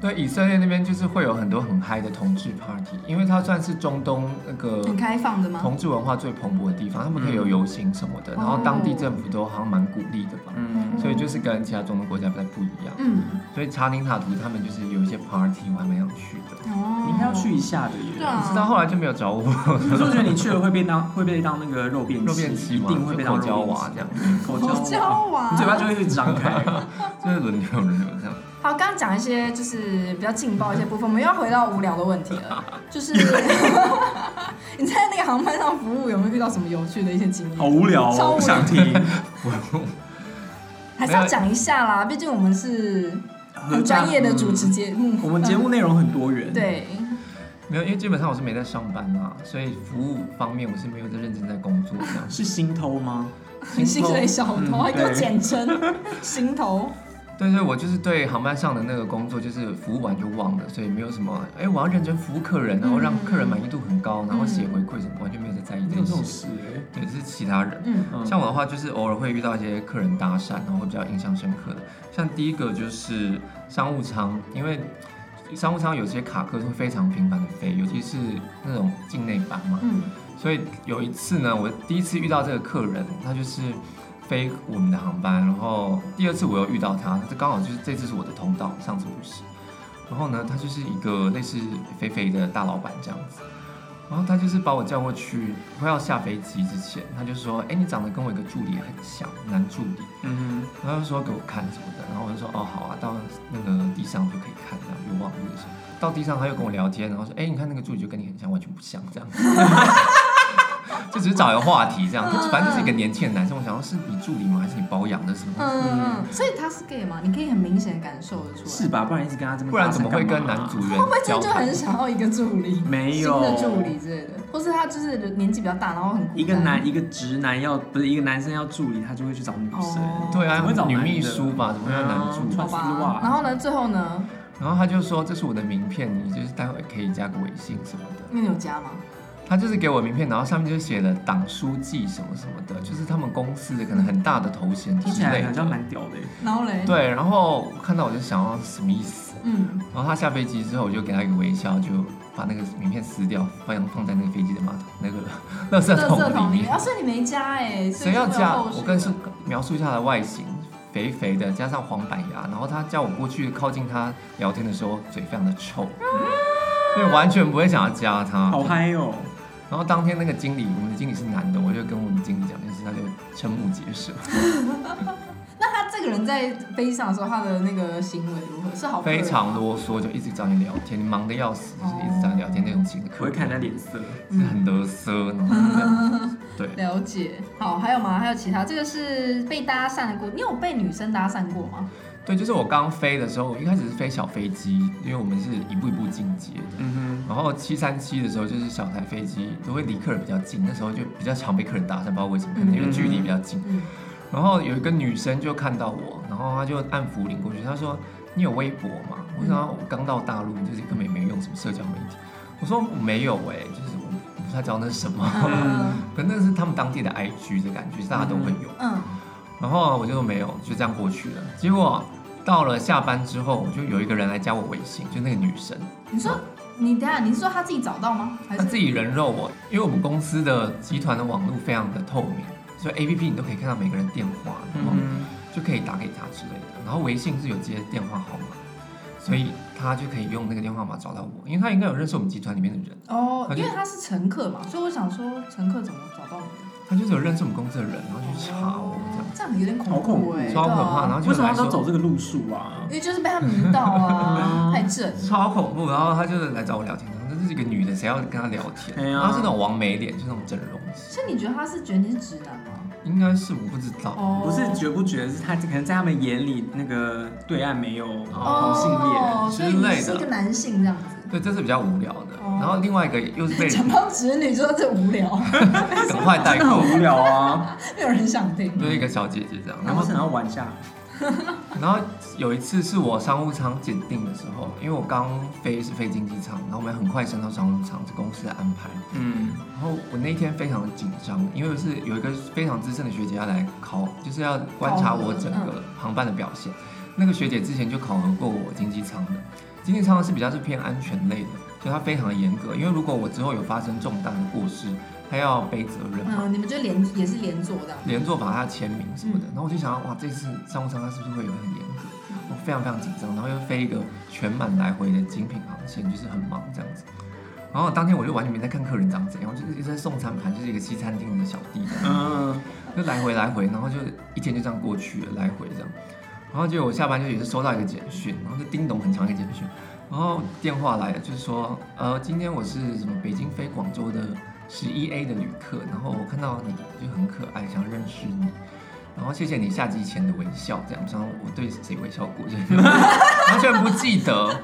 S3: 对以色列那边就是会有很多很嗨的同志 party，因为它算是中东那
S2: 嗯
S3: 个
S1: 很开放的吗？
S3: 同志文化最蓬勃的地方，他们可以有游行什么的，
S1: 嗯
S3: 然后当地政府都好像蛮鼓励的吧。
S2: 嗯
S3: 所以就是跟其他中东国家不太不一样。
S1: 嗯，
S3: 所以查宁塔图他们就是有一些 party，我还蛮想去的。
S1: 哦
S2: 你应该要去一下的耶。
S1: 对啊
S3: 直到后来就没有找我， <laughs>
S2: 可是我觉得你去了会被当会被当那个肉便
S3: 肉便器
S2: 器，一
S3: 嘛
S2: 定会被当肉
S3: 就口交
S2: 便
S3: 娃
S2: 器
S3: 这样，
S2: 口
S1: 口
S2: 交啊
S1: 交啊
S2: 娃，
S1: 娃，
S2: 你嘴巴就会一直张
S3: <laughs>
S2: 开。
S3: 就是轮流轮流这样。
S1: 好。刚刚讲一些就是比较劲爆一些部分，我们又要回到无聊的问题
S2: <laughs>
S1: 了，就是你在那个航班上服务有没有遇到什么有趣的一些经
S2: 好
S1: 验？
S2: 无聊
S1: 超无聊
S2: 哦，不想听。
S1: 还是要讲一下啦，毕竟我们是很专业的主持节目
S2: 嗯，，我们节目内容很多元。，
S1: 对，
S3: 没有，因为基本上我是没在上班啊，所以服务方面我是没有在认真在工作这样。
S2: 是心偷吗？
S1: 薪水小
S2: 嗯
S1: 偷还给我
S2: 对
S1: 简称
S2: <laughs>
S1: 行头，
S3: 对对，我就是对航班上的那个工作，就是服务完就忘了，所以没有什么，哎，我要认真服务客人，然后让客人满意度很高，然后写回馈什么，完全没有在在意
S2: 没
S3: 这
S2: 有
S3: 件
S2: 这种
S3: 事。
S2: 事哎。
S3: 对，这是其他人。
S1: 嗯
S2: 嗯
S3: 像我的话，就是偶尔会遇到一些客人搭讪，然后会比较印象深刻的。像第一个就是商务舱，因为商务舱有些卡客是会非常频繁的飞，尤其是那种境内班嘛。
S1: 嗯，
S3: 所以有一次呢，我第一次遇到这个客人，他就是飞我们的航班，然后第二次我又遇到他，这刚好就是这次是我的通道，上次不是。然后呢，他就是一个类似肥肥的大老板这样子，然后他就是把我叫过去，快要下飞机之前，他就说：“哎，你长得跟我一个助理很像，男助理。
S2: 嗯”
S3: 然后他就说给我看什么的，然后我就说：“哦，好啊，到那个地上就可以看，然后有网络的时候。” <laughs> 到地上他又跟我聊天，然后说：“哎，你看那个助理就跟你很像，完全不像这样。”就只是找一个话题这样。
S1: 嗯
S3: 反正就是一个年轻的男生，我想说是你助理吗？还是你包养的什 <laughs> 么？
S1: 嗯，所以他是 gay 嘛？你可以很明显地感受得出来。
S2: 是吧？不然一直跟他这么，
S3: 不然怎么会跟男主？人
S1: 会不会真
S3: 交
S1: 的就
S3: 谈
S1: 很？想要一个助理？
S2: 没
S1: 新
S2: 有
S1: 的助理之类的，或是他就是年纪比较大，然后很孤单
S2: 一个男一个直男要不是一个男生要助理，他就会去找女
S1: 哦
S2: 生。
S3: 对啊
S2: 怎么会找，
S3: 女
S2: 男的
S3: 秘书吧，怎么会要男助理？
S1: 好
S2: 穿丝
S1: 吧
S2: 袜？
S1: 然后呢，最后呢，
S3: 然后他就说：“这是我的名片，你就是待会可以加个微信什么的。
S1: 那你有加吗？”
S3: 他就是给我名片，然后上面就写了党书记什么什么的，就是他们公司的可能很大的头衔
S2: 听
S3: 之
S2: 起来
S3: 类
S2: 好像
S3: 的。
S2: 蛮屌的耶。
S1: 然后嘞，，
S3: 对，然后我看到我就想要什么意思？
S1: 嗯，
S3: 然后他下飞机之后，我就给他一个微笑，就把那个名片撕掉，放放在那个飞 <laughs> 机的马桶那个垃圾
S1: 垃
S3: 桶
S1: 圾桶里
S3: 里
S1: 面
S3: 面
S1: 啊，。所以你没加哎，所
S3: 谁
S1: 以就
S3: 要
S1: 没有
S3: 加？
S1: 后续
S3: 我跟是描述一下他的外形，肥肥的，加上黄板牙，然后他叫我过去靠近他聊天的时候，嘴非常的臭，所以完全不会想要加他。
S2: 好嗨哦！
S3: 然后当天那个经理，我们的经理是男的，我就跟我们经理讲，就是他就瞠目结舌，
S1: 那他这个人在飞机上的时候，他的那个行为如何？是好客人
S3: 非
S1: 吗
S3: 常啰嗦，就一直找你聊天，你忙得要死，就是一直找你聊天那种型的
S2: 我
S3: 客
S2: 会看他
S3: 人，
S2: 脸色。
S3: 是很得瑟，然后就这样
S2: <laughs>
S3: 对。
S1: 嗯了解。好，还有吗？还有其他？这个是被搭讪的故，你有被女生搭讪过吗？
S3: 对，就是我刚飞的时候，我一开始是飞小飞机，因为我们是一步一步进阶的。
S2: 嗯
S3: 然后七三七的时候，就是小台飞机都会离客人比较近，那时候就比较常被客人搭讪，不知道为什么，可能因为距离比较近。
S1: 嗯，
S3: 然后有一个女生就看到我，然后她就按服领过去，她说：“你有微博吗？”我想我刚到大陆，就是根本也没用什么社交媒体。我说我没有哎、就是我我不太知道那是什么，
S1: <laughs> 嗯
S3: 可能那是他们当地的 IG 的感觉，大家都会有。
S1: 嗯，
S3: 然后我就说没有，就这样过去了。结果到了下班之后，我就有一个人来加我微信，就那个女生，
S1: 你说你等一下，你是说他自己找到吗？还
S3: 她
S1: 是
S3: 自己人肉我，因为我们公司的集团的网络非常的透明，所以 A P P 你都可以看到每个人电话，然后
S2: 嗯
S3: 就可以打给他之类的。然后微信是有接电话号码，所以他就可以用那个电话号码找到我，因为他应该有认识我们集团里面的人，
S1: 哦，
S3: 他就
S1: 因为他是乘客嘛，所以我想说乘客怎么找到你？
S3: 他就是有认识我们公司的人，然后去查我这
S2: 哦
S3: 样。
S1: 这样有点
S2: 好
S1: 恐
S2: 恐怖
S1: 哎、
S2: 对
S3: 超可怕，
S1: 对啊
S3: 然后就
S2: 为什么
S3: 来
S2: 他都
S3: 说
S2: 走这个路数啊
S1: 因？为就是被他迷到
S2: <laughs>
S1: 啊，太正。
S3: 超恐怖，然后他就是来找我聊天，然后这是一个女的，谁要跟她聊天？
S2: 哎呀
S3: 然后是那种王美脸，就是那种整容型，
S1: 所以你觉得他是觉得你是直男吗？
S3: 应该是我不知道。
S1: 哦
S2: 不是觉不觉得是他可能在他们眼里那个对岸没有同性恋，
S1: 哦，所以你
S3: 之
S1: 是
S3: 类
S1: 一
S3: 的
S1: 个男性这样子。
S3: 对，这是比较无聊的。
S1: 哦
S3: 然后另外一个又是被
S2: <laughs>
S3: 人
S1: 讲到直女，就说这无聊， <laughs>
S3: 赶快带
S2: 真的
S3: 过，
S2: 很无聊啊。
S1: 没有人想听。
S3: 就是一个小姐姐这样。
S2: 然
S3: 然
S2: 后
S3: 后
S2: 想要玩一下，
S3: 然后有一次是我商务舱检定的时候，因为我刚飞是飞经济舱，然后我们很快升到商务舱，是公司的安排。
S2: 嗯，
S3: 然后我那一天非常的紧张，因为是有一个非常资深的学姐要来考，就是要观察我整个航班的表现。那个学姐之前就考核过我经济舱的，经济舱是比较是偏安全类的，所以她非常的严格。因为如果我之后有发生重大的过失，她要背责任嘛，
S1: 嗯，你们就连也是连坐这样。
S3: 连坐法她要签名什么的。然后我就想，哇，这次商务舱她是不是会有很严格？我非常非常紧张，然后又飞一个全满来回的精品航线，就是很忙这样子。然后当天我就完全没在看客人长怎样，我就是一直在送餐盘，就是一个西餐厅的小弟这样，
S1: 哦
S2: 嗯，
S3: 就来回来回，然后就一天就这样过去了，来回这样。然后结果我下班就也是收到一个简讯，然后就叮咚很长一个简讯，然后电话来了，就是说，呃，今天我是什么北京飞广州的十一 A 的旅客，然后我看到你就很可爱，想认识你，然后谢谢你下机前的微笑，这样，然后我对谁微笑过，就是 <laughs> 完全不记得，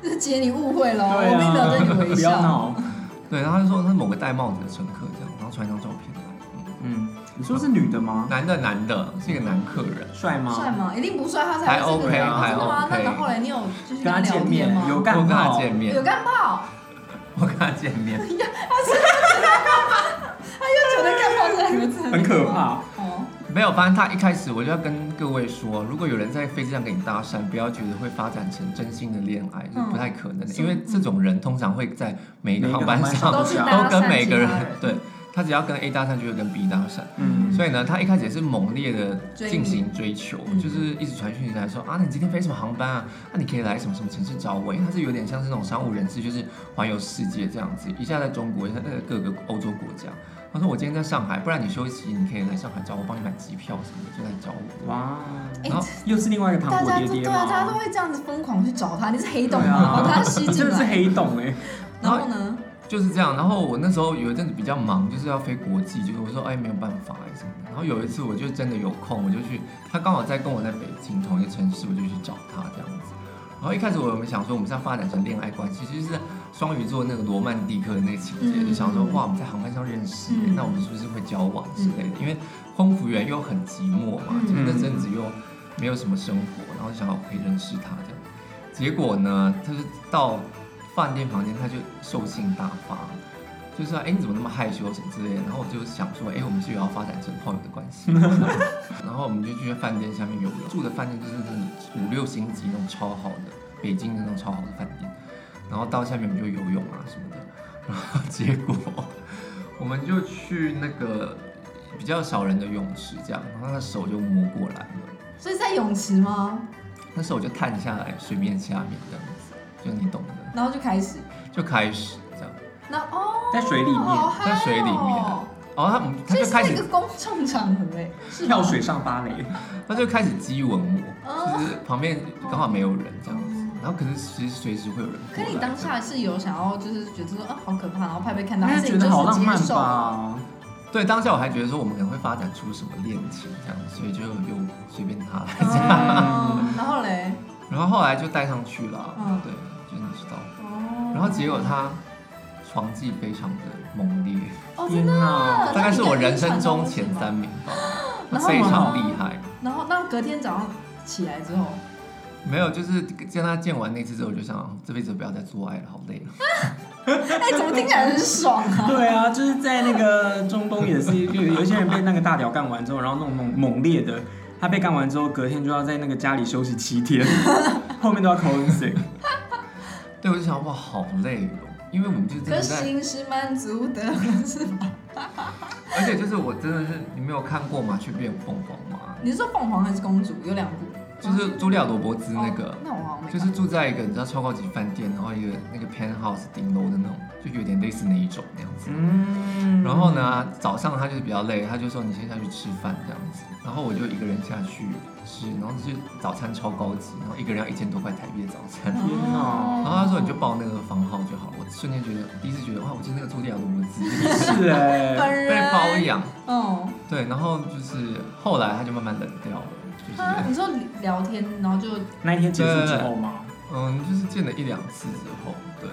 S1: 就是姐，你误会了，
S2: 对
S1: 我并没有对
S2: 啊，
S1: 你微
S2: 不要
S1: 笑。
S2: 闹，
S3: 对，然后他就说他是某个戴帽子的乘客这样，然后传一张照片来，
S2: 嗯，你说是女的吗？
S3: 男的男的是一个男客人，
S2: 帅吗？
S1: 帅吗？一定不帅，他才会这个
S2: 还 OK，
S1: 人啊
S2: 还
S1: 真的吗？那
S3: OK
S1: 然后来，你有就是
S2: 跟
S1: 他
S2: 他
S1: 聊
S2: 见
S1: 天
S2: 面
S1: 吗？
S2: 有
S3: 我跟
S2: 干
S3: 他
S2: 炮，
S3: 见面
S1: 有，干炮， <laughs>
S3: 我跟他见面，
S1: 他又觉得干炮这两个字
S2: 很可。怕。
S1: 哦，
S3: 没有，反正他一开始我就要跟各位说，如果有人在飞机上跟你搭讪，不要觉得会发展成真心的恋爱，是
S1: 嗯
S3: 不太可能的，
S1: 是
S3: 因为这种人通常会在每一个
S2: 每一个
S3: 航班
S2: 航班
S3: 上
S1: 都
S2: 上
S1: 是搭
S3: 都
S1: 讪
S3: 跟每个人
S1: 其他人，
S3: 对他只要跟 A 搭讪就会跟 B 搭讪，
S2: 嗯，
S3: 所以呢，他一开始也是猛烈的进行追求，
S1: 嗯
S3: 就是一直传讯息来说啊，那你今天飞什么航班啊？那、你可以来什么什么城市找我？因欸为他是有点像是那种商务人士，就是环游世界这样子，一下在中国，一下在各个欧洲国家。他说我今天在上海，不然你休息，你可以来上海找我，帮你买机票什么的，就来找我。
S2: 哇，
S1: 哎
S3: 然后
S2: 嗯又是另外一个糖
S1: 大
S2: 果
S1: 家
S2: 爹
S1: 都
S2: 爹
S1: 对啊，大家都 <laughs>
S2: 吗？
S1: 会这样子疯狂去找他，你是黑洞
S2: 对啊
S1: 吗？把他吸
S2: 你
S1: 进
S2: <laughs> 真的是
S1: 来。
S2: 黑洞哎，
S1: 然后呢？
S3: 就是这样。然后我那时候有一阵子比较忙，就是要飞国际，就是我说哎没有办法哎什么的。然后有一次我就真的有空，我就去，他刚好在跟我在北京同一个城市，我就去找他这样子。然后一开始我们想说我们是要发展成恋爱关系，其实是双鱼座那个罗曼蒂克的那个情节，
S1: 嗯
S3: 就想说哇我们在航班上认识耶，
S1: 嗯
S3: 那我们是不是会交往之类的？因为空服员又很寂寞嘛，就是那阵子又没有什么生活，然后就想要可以认识他这样。结果呢，他就到饭店房间，他就兽性大发，就说：“哎、你怎么那么害羞什么之类的。”然后我就想说：“哎、我们是有要发展成炮友的关系。” <laughs> 然后我们就去饭店下面游泳，住的饭店就是那种五六星级那种超好的，北京的那种超好的饭店。然后到下面我们就游泳啊什么的，然后结果我们就去那个比较少人的泳池这样，然后他的手就摸过来了。
S1: 所以是在泳池吗？
S3: 那时候我就探下来水面下面这样子，就你懂的，
S1: 然后就开始，
S3: 就开始这样。
S1: 那哦，
S2: 在水里
S1: 好
S2: 面
S1: 嗨哦
S3: 在水里面哦，他们他
S1: 所以
S3: 就是开
S1: 在一
S3: 始
S1: 个公众场合哎，是吗
S2: 跳水上芭蕾，
S3: 他就开始激吻我，
S1: 哦
S3: 就是旁边刚好没有人这样子，然后可是其实随时会有人过
S1: 可
S3: 来。
S1: 你当下是有想要，就是觉得说啊好可怕，然后怕被看到，
S2: 大
S1: 还
S2: 家
S1: 是
S2: 觉
S1: 你就
S2: 得好
S1: 是
S2: 浪
S1: 接
S2: 漫
S1: 受？哦
S2: 吧？
S3: 对当下我还觉得说我们可能会发展出什么恋情这样，所以就又随便他来这
S2: 嗯
S3: 样。
S1: 哦，然后嘞，
S3: 然后后来就带上去了，
S1: 嗯
S3: 对，就你知道。
S1: 哦，
S3: 然后结果他床技非常的猛烈，
S1: 哦
S2: 天
S1: 真的，
S2: 哪
S1: 那
S3: 大概是
S1: 你跟
S3: 我
S1: 晕
S3: 人生
S1: 船
S3: 中
S1: 到
S3: 前
S1: 底吗
S3: 三。名吧，
S1: <laughs> 然后
S3: 非常
S1: 呢
S3: 厉害。
S2: 嗯
S1: 然后那隔天早上起来之后，
S3: 没有，就是跟他见完那次之后，我就想这辈子不要再做爱了，好累了。哦
S1: <laughs> 哎，怎么听起来很
S2: <laughs>
S1: 爽啊？
S2: 对啊，就是在那个中东也是，就有有一些人被那个大屌干完之后，然后那种猛猛烈的，他被干完之后，隔天就要在那个家里休息七
S1: <laughs>
S2: 天，后面都要 c o i n s i
S3: 对，我就想哇，好累哦，因为我们就真
S1: 可
S3: 的
S1: 是
S3: 在，
S1: 心是满足的，是吧？
S3: 而且就是我真的是，你没有看过麻雀变凤凰吗？
S1: 你是说凤凰还是公主？有两部，哦
S3: 就是茱莉亚·罗伯兹那个
S1: 哦，那我好像没
S3: 就
S1: 看。
S3: 是住在一个你知道超高级饭店，然后一个那个 penthouse 顶楼的那种，就有点类似那一种那样子。
S2: 嗯
S3: 然后？呢，早上他就是比较累，他就说你先下去吃饭这样子，然后我就一个人下去吃，然后就是早餐超高级，然后一个人要一千多块台币的早餐。
S2: 天
S1: 哦嗯
S2: 哪
S3: 然后他说你就报那个房号就好了，我瞬间觉得第一次觉得哇，我就是那个茱莉亚·罗伯兹
S2: 是哎、 <laughs>
S1: 本
S3: 被
S1: 人
S3: 包养。
S1: 嗯，
S3: 对，然后就是后来他就慢慢冷掉了，就是
S1: 啊，你说聊天，然后就
S2: 那一天结束之后吗？
S3: 嗯，就是见了一两次之后，对，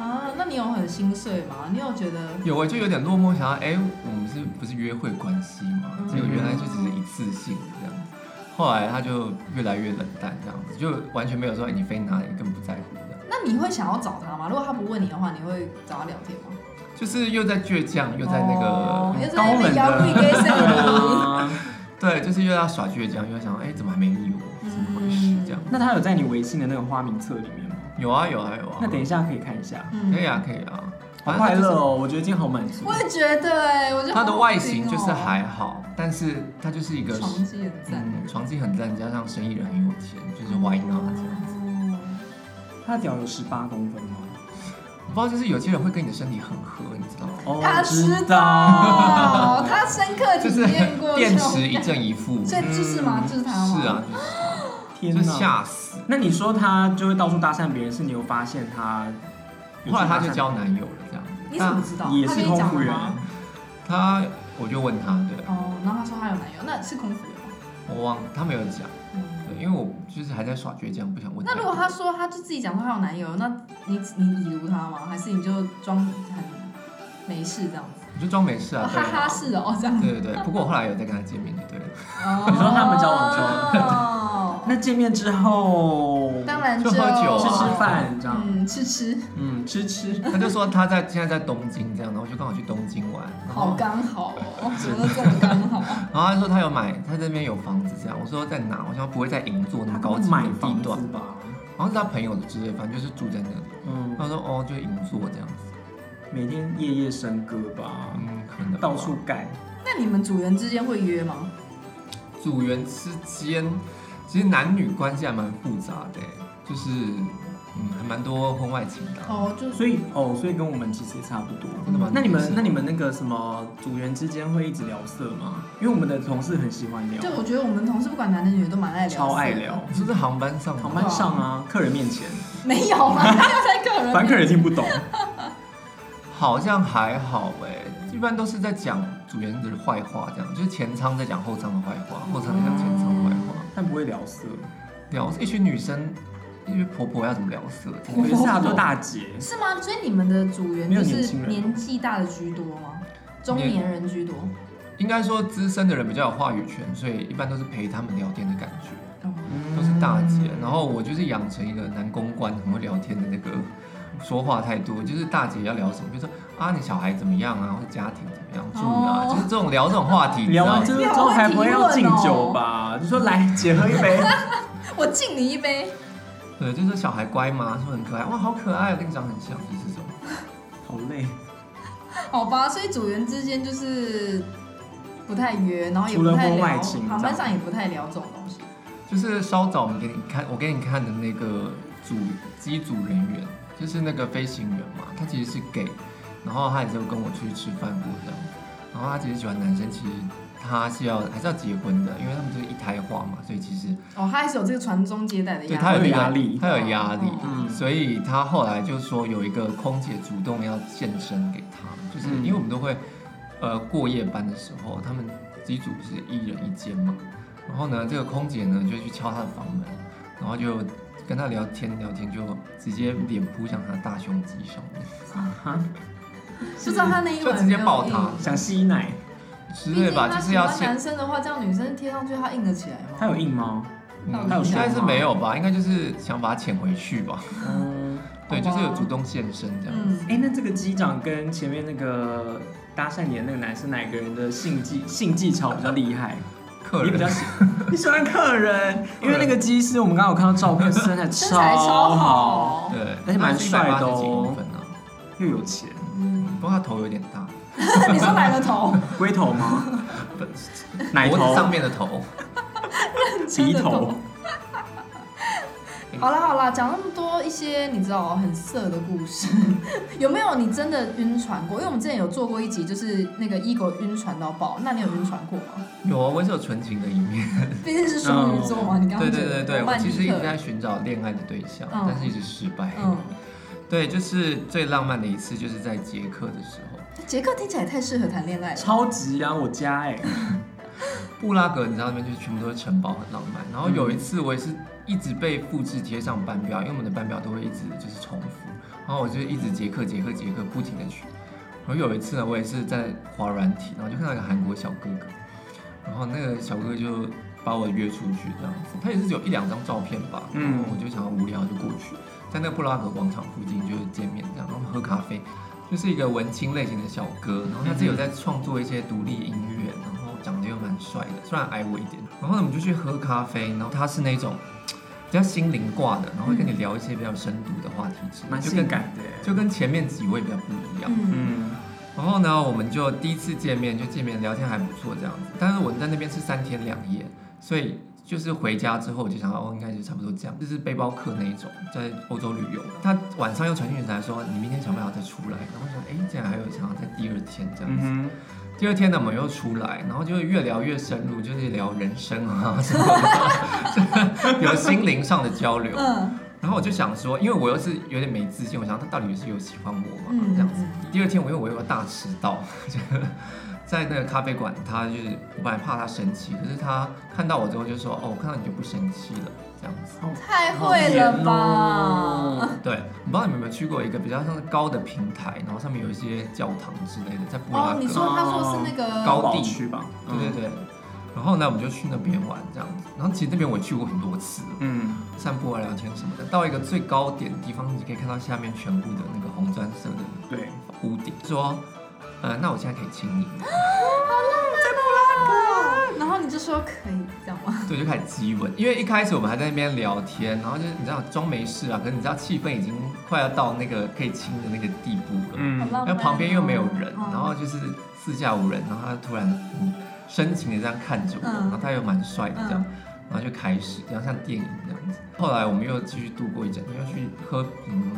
S1: 啊，那你有很心碎吗？你有觉得
S3: 有我就有点落寞，想要哎，我们是不是约会关系嘛？
S1: 嗯
S3: 结果原来就只是一次性的这样子。后来他就越来越冷淡，这样子就完全没有说哎你飞哪里，更不在乎的，
S1: 那你会想要找他吗？如果他不问你的话，你会找他聊天吗？
S3: 就是又在倔强，又在那个
S1: 哦又在
S3: 高
S1: 那
S3: 冷
S1: 边摇滚
S3: 的，
S1: 给
S2: 对
S3: <laughs>
S1: 谁？
S2: 啊，
S3: 对，就是又要耍倔强，又想哎怎么还没理我，怎么回事这样？
S2: 那他有在你微信的那个花名册里面吗？
S3: 有啊有啊有啊
S2: 那，等一下可以看一下，
S3: 可
S1: 嗯，
S3: 以啊可以啊，
S2: 好
S3: 反正他
S2: 快
S3: 就是
S2: 乐哦！我觉得今天好满足
S1: 我。也觉得哎，我觉得
S3: 它
S1: 好
S3: 的
S1: 好
S3: 外
S1: 听
S3: 形
S1: 哦
S3: 就是还好，但是它就是一个
S1: 床技很赞，
S3: 嗯，床技很赞，加上生意人很有钱，就是 why not 这样
S1: 哦
S3: 子。
S2: 他的屌有十八公分吗？
S3: 我不知道，就是有些人会跟你的身体很合，你知
S1: <laughs>
S3: 道吗？
S2: 哦
S1: 他知
S2: 我
S1: 道，他深刻
S3: 就
S1: 体
S3: 是
S1: 验过
S3: 电
S1: 这种
S3: 池一正一负，
S1: 所以就是吗？就是他吗？
S3: 是啊，，就
S2: 天
S3: 是
S2: 哪！
S3: 吓死。
S2: 那你说他就会到处搭讪别人，是你有发现他？
S3: 后来她就交男友了，这样。
S1: 你怎么知道？
S2: 也
S1: 他
S2: 是
S1: 跟你
S2: 空
S1: 讲
S2: 服
S1: 了
S2: 员，
S1: 吗？
S3: 她，我就问她，对
S1: 哦，然后他说他有男友，那是空服员吗？
S3: 我忘，她没有讲，
S1: 嗯。
S3: 对，因为我就是还在耍倔强，不想问她。
S1: 那如果他说他就自己讲说他有男友，那你你已读他吗？还是你就装很没事这样子？
S3: 你就装没事
S1: 哦
S3: 啊，对
S1: 哈哈
S3: 啊，
S1: 是哦这样。
S3: 对对对。不过我后来有再跟她见面就对了，
S1: 哦
S2: 你说他们交往之
S1: 后，
S2: 那见面之后
S1: 当然哦
S3: 就喝酒啊
S2: 吃吃饭这样，
S1: 嗯，吃吃
S2: 嗯，吃吃。
S3: 她就说她在现在在东京这样，然后我就刚好去东京玩，然后
S1: 好刚好哦，什么都这么刚好。
S3: 然后他说他有买，他这边有房子这样。我说在哪？我想不会在银座那
S2: 他
S3: 么高
S2: 刚
S3: 级的
S2: 买
S3: 地
S2: 房
S3: 段
S2: 子，吧？
S3: 好像是他朋友的之类，反正就是住在那里。
S2: 嗯，
S3: 他说哦，就银座这样子，
S2: 每天夜夜笙歌吧，
S3: 嗯，可能吧
S2: 到处盖。
S1: 那你们组员之间会约吗？
S3: 组员之间，其实男女关系还蛮复杂的，就是嗯，还蛮多婚外情的。啊
S1: 哦，就是
S2: 所以哦，所以跟我们其实也差不多。
S3: 真的吗？
S2: 那你们
S3: 是
S2: 那你们那个什么组员之间会一直聊色吗？因为我们的同事很喜欢聊
S1: 就，我觉得我们同事不管男的女的都蛮爱聊，
S2: 超爱，聊。
S3: 是不是航班上？
S2: 啊
S1: <laughs>
S2: 航班上啊，客人面前，
S1: 没有吧？他要在个人，
S2: 反正客人听不懂。
S3: 好像还好哎，一般都是在讲组员的坏话，这样就是前舱在讲后舱的坏话，后舱在讲前舱的坏话。
S2: 但不会聊色，
S3: 聊一群女生，一群婆婆要怎么聊色？
S2: 我觉得大都大姐，
S1: 是吗？所以你们的组员
S2: 没
S1: 就
S2: 有
S1: 是
S2: 年轻人
S1: 年纪大的居多吗？中
S3: 年
S1: 年人居多。
S3: 应该说资深的人比较有话语权，所以一般都是陪他们聊天的感觉，
S1: 哦
S3: <laughs> 都是大姐。然后我就是养成一个男公关很会聊天的那个说话态度，就是大姐要聊什么，就说啊你小孩怎么样啊，或者家庭怎么样住哪，
S1: 哦
S3: 就是这种聊这种话题，你
S2: 嗯
S3: 知
S2: 聊
S3: 道吗
S2: 完之后还不会要敬酒吧？就说来姐喝一杯，
S1: 哦我敬你一杯，
S3: 对，就是说小孩乖吗？说很可爱，哇好可爱，跟你长很像，就是这种。
S2: 好累。
S1: 好吧？所以组员之间就是不太约，然后也
S2: 除
S1: 不
S2: 了
S1: 太
S2: 婚外
S1: 聊
S2: 情，
S1: 航班上也不太聊这种东西。
S3: 就是稍早我们给你看，我给你看的那个组机组人员，就是那个飞行员嘛，他其实是 gay，然后他也是有跟我出去吃饭过这样，然后他其实喜欢男生，其实他是要还是要结婚的，因为他们就是一胎化嘛，所以其实
S1: 哦，他还是有这个传宗接代的
S3: 对
S1: 压
S3: 他
S1: 力。
S3: 有一个
S2: 压力
S3: 他有压力，
S2: 嗯
S3: 所以他后来就说有一个空姐主动要献身给他，就是
S2: 嗯
S3: 因为我们都会呃过夜班的时候，他们机组是一人一间嘛，然后呢，这个空姐呢就去敲他的房门，然后就跟他聊天聊天，就直接脸扑向他的大胸肌上面，
S2: 哈
S1: 不知道他那一
S3: 就
S1: 晚
S3: 直接抱
S1: 有没有
S3: 他
S1: 硬，
S2: 想吸奶，
S3: 之
S1: 毕
S3: 类
S2: 嗯
S1: 竟
S3: 吧，
S1: 他
S3: 就是
S1: 喜
S3: 要
S1: 欢
S3: 献，
S1: 男生的话，这样女生贴上去，他硬得起来吗？
S2: 他有硬吗？
S3: 嗯
S2: 他有
S3: 应该
S2: 胸
S3: 是
S2: 吗
S3: 没有吧，应该就是想把他潜回去吧，
S2: 嗯，
S3: 对，就是有
S1: 吧
S3: 主动献身这样。
S1: 嗯，
S2: 哎，那这个机长跟前面那个搭讪你的那个男生，哪个人的性技性技巧比较厉害？
S3: 客
S2: 你
S3: 人
S2: 比较喜你喜欢客人，因为那个机师我们刚好看到照片，身材
S1: <laughs> 身材超
S2: 好，
S1: 好。
S3: 对，
S2: 而且蛮帅的哦
S3: 180几公分啊，
S2: 又有钱，
S1: 嗯， <laughs>
S3: 不过他头有点大，
S1: 你说奶个头，
S2: 龟头
S3: <laughs>
S2: 吗？奶
S3: 脖子上
S2: 头、
S3: 面的头。
S2: 鼻头，
S1: 好啦好啦，讲那么多一些你知道很色的故事， <laughs> 有没有你真的晕船过？因为我们之前有做过一集，就是那个一狗晕船到爆，那你有晕船过
S3: <laughs>
S1: 吗？
S3: 有啊，我也是有纯情的一面。
S1: 毕竟是双鱼座嘛，你刚刚
S3: 嗯 <laughs> 对对对对，
S1: 讲
S3: 我
S1: 曼
S3: 其实
S1: 尼
S3: 一直在
S1: 克，
S3: 寻找恋爱的对象，
S1: 嗯
S3: 但是一直失败。
S1: 嗯，
S3: 对，就是最浪漫的一次，就是在捷克的时候，
S1: 杰克听起来也太适合谈恋爱了。
S2: 超级啊！我家哎，
S3: 布拉格，你知道那边就是全部都是城堡，很浪漫。然后有一次，我也是一直被复制贴上班表，因为我们的班表都会一直就是重复，然后我就一直捷克捷克捷克不停的去。然后有一次呢，我也是在滑软体，然后就看到一个韩国小哥哥，然后那个小哥哥就把我约出去这样子，他也是只有一两张照片吧，
S2: 嗯
S3: 然后我就想要无聊就过去，在那个布拉格广场附近就见面这样，然后我们喝咖啡，就是一个文青类型的小哥，然后他自己有在创作一些独立音乐，然后长得又蛮帅的，虽然矮我一点，然后我们就去喝咖啡，然后他是那种比较心灵挂的，然后会跟你聊一些比较深度的话题之类，
S2: 蛮
S3: 就
S2: 性
S3: 跟
S2: 感的欸。
S3: 就跟前面几位比较不一样。
S1: 嗯，
S2: 嗯，
S3: 然后呢，我们就第一次见面就见面聊天还不错这样子，但是我在那边是三天两夜，所以就是回家之后我就想到哦，应该就差不多这样，就是背包客那一种，在欧洲旅游。他晚上又传讯息来说，你明天想不想再出来？然后我想，哎，竟然还有想要在第二天这样
S2: 嗯
S3: 子。
S2: 哼，
S3: 第二天呢，我们又出来，然后就越聊越深入，就是聊人生啊什么的，有心灵上的交流。
S1: 嗯
S3: 然后我就想说，因为我又是有点没自信，我想他到底是有喜欢我吗？
S1: 嗯
S3: 这样子。第二天我因为我有个大迟到， <laughs> 就是在那个咖啡馆，他就是我本来怕他生气，可是他看到我之后就说：“哦，我看到你就不生气了。”这样子。
S1: 太会了
S2: 好甜
S1: 吧？
S2: 哦？
S3: 对，我不知道你们有没有去过一个比较像是高的平台，然后上面有一些教堂之类的，在布拉
S1: 哦
S3: 格。，
S1: 你说他说是那个
S3: Oh 高地
S2: 哦宝区吧？嗯
S3: 对对对。然后呢，我们就去那边玩这样子。然后其实那边我也去过很多次了，
S2: 嗯，
S3: 散步啊、聊天什么的。到一个最高点的地方，你可以看到下面全部的那个红砖色的
S2: 嗯，对，
S3: 屋顶，说，呃，那我现在可以亲你吗，
S1: 然后你就说可以这样吗？
S3: 对，就开始激吻。因为一开始我们还在那边聊天，然后就是你知道装没事啊，可是你知道气氛已经快要到那个可以亲的那个地步了，
S1: 好
S2: 嗯，
S1: 浪漫哦。
S3: 然后旁边又没有人，
S1: 嗯
S3: 然后就是四下无人，然后他突然嗯深情的这样看着我，
S1: 嗯
S3: 然后他又蛮帅的这样。然后就开始，然后像电影这样子。后来我们又继续度过一整天，又去喝嗯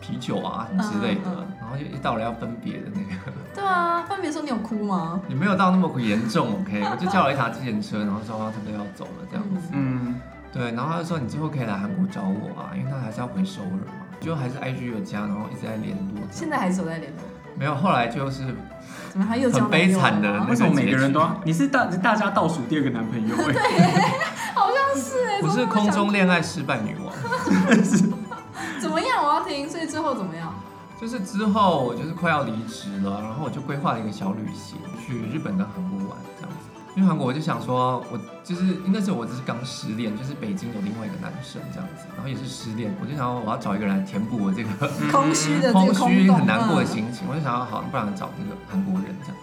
S3: 啤酒啊什么之类的。
S1: 嗯嗯
S3: 然后就一到了要分别的那个， <laughs>
S1: 对啊，分别说你有哭吗？
S3: 也没有到那么严重，OK，我就叫了一台自行车，然后说啊差不多要走了这样子。
S1: 嗯
S2: 嗯，
S3: 对，然后他就说你最后可以来韩国找我啊，因为他还是要回首尔嘛，就还是 IG 有加，然后一直在联络这样。
S1: 现在还是有在联络。
S3: 没有，后来就是
S1: 怎么他又交
S3: 很悲
S1: 男友啊了
S3: 惨的
S1: 吗
S2: 啊
S1: <laughs>
S2: 为什么每个人都要？你是大大家倒数第二个男朋友哎、
S1: 好像是哎、欸，
S3: 我
S1: 怎
S3: 是
S1: 么那么
S3: 空
S1: 想
S3: 中恋爱失败女王。
S1: 怎么样？我要听，所以最后怎么样？
S3: 就是之后我就是快要离职了，然后我就规划了一个小旅行，去日本跟韩国玩这样子。因为韩国我就想说，我就是那时候我只是刚失恋，就是北京有另外一个男生这样子，然后也是失恋，我就想要我要找一个人来填补我这个
S1: 空虚的这个
S3: 空虚
S1: 洞
S3: 很难过的
S1: 嗯
S3: 心情，我就想要好，不然找那个韩国人这样。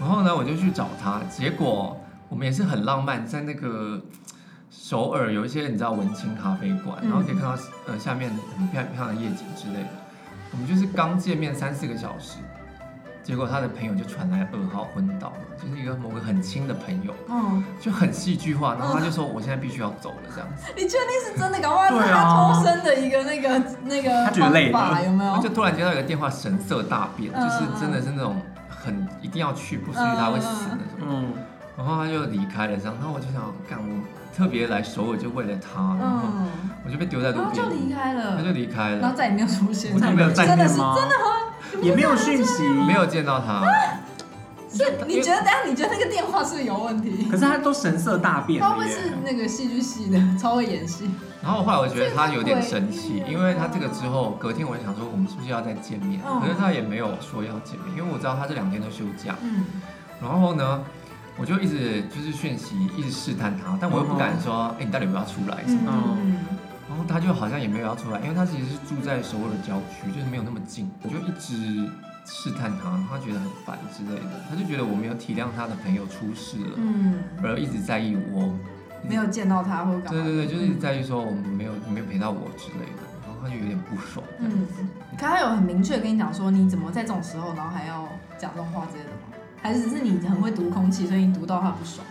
S3: 然后呢，我就去找他，结果我们也是很浪漫，在那个首尔有一些你知道文青咖啡馆，
S1: 嗯
S3: 然后可以看到呃下面很漂漂亮的夜景之类的。我们就是刚见面三四个小时，结果他的朋友就传来噩耗昏倒了，就是一个某个很亲的朋友，
S1: 嗯，
S3: 就很戏剧化。然后他就说我现在必须要走了这样子，
S1: 你确定是真的？搞不好是
S2: 对
S1: 他
S2: 啊
S1: 偷生的一个那个那个
S2: 他觉得累了
S1: 方法有没
S3: 然
S1: 有
S3: 后？就突然接到一个电话，神色大变，
S1: 哦嗯
S3: 就是真的是那种很一定要去，不去他会死那种。
S2: 嗯，
S3: 然后他就离开了这样，然后我就想，干我特别来首尔就为了他，然后
S1: 嗯，
S3: 我就被丢在路
S1: 然后
S3: 边
S1: 就，离开
S3: 他
S1: 了
S3: 就，离开
S1: 然后
S3: 了，
S1: 再也没有出现
S3: 我。就没有再
S1: 真的
S2: 面
S1: 是
S2: 吗？真的也没有讯息，
S3: 没。有见到他。
S1: 所以你觉得，等一下你觉得那个电话是不是有问题
S2: 可？是他都神色大变
S1: 他会不
S2: 了
S1: 会
S2: 耶。
S1: 是那个戏剧系的，超会演戏。
S3: 然后后来我觉得他有点生
S1: 这，
S3: 气
S1: 个诡异啊
S3: 因为他这个之后隔天我就想说，我们是不是要再见面？
S1: 嗯
S3: 可是他也没有说要见面，因为我知道他这两天都休假。
S1: 嗯，
S3: 然后呢，我就一直就是讯息，一直试探他，但我又不敢说，哎、你到底有没有要出来什么的？
S1: 嗯
S3: 然后他就好像也没有要出来，因为他其实是住在首尔郊区，就是没有那么近。我就一直试探他，他觉得很烦之类的，他就觉得我没有体谅他的朋友出事了，
S1: 嗯，
S3: 而一直在意我。
S1: 没有见到他或者干
S3: 对
S1: 嘛？
S3: 对对，就是一直在意说我们没有你没有陪到我之类的，然后他就有点不爽。
S1: 嗯，可他有很明确地跟你讲说，你怎么在这种时候，然后还要讲这种话之类的吗？还是只是你很会读空气，所以你读到他不爽？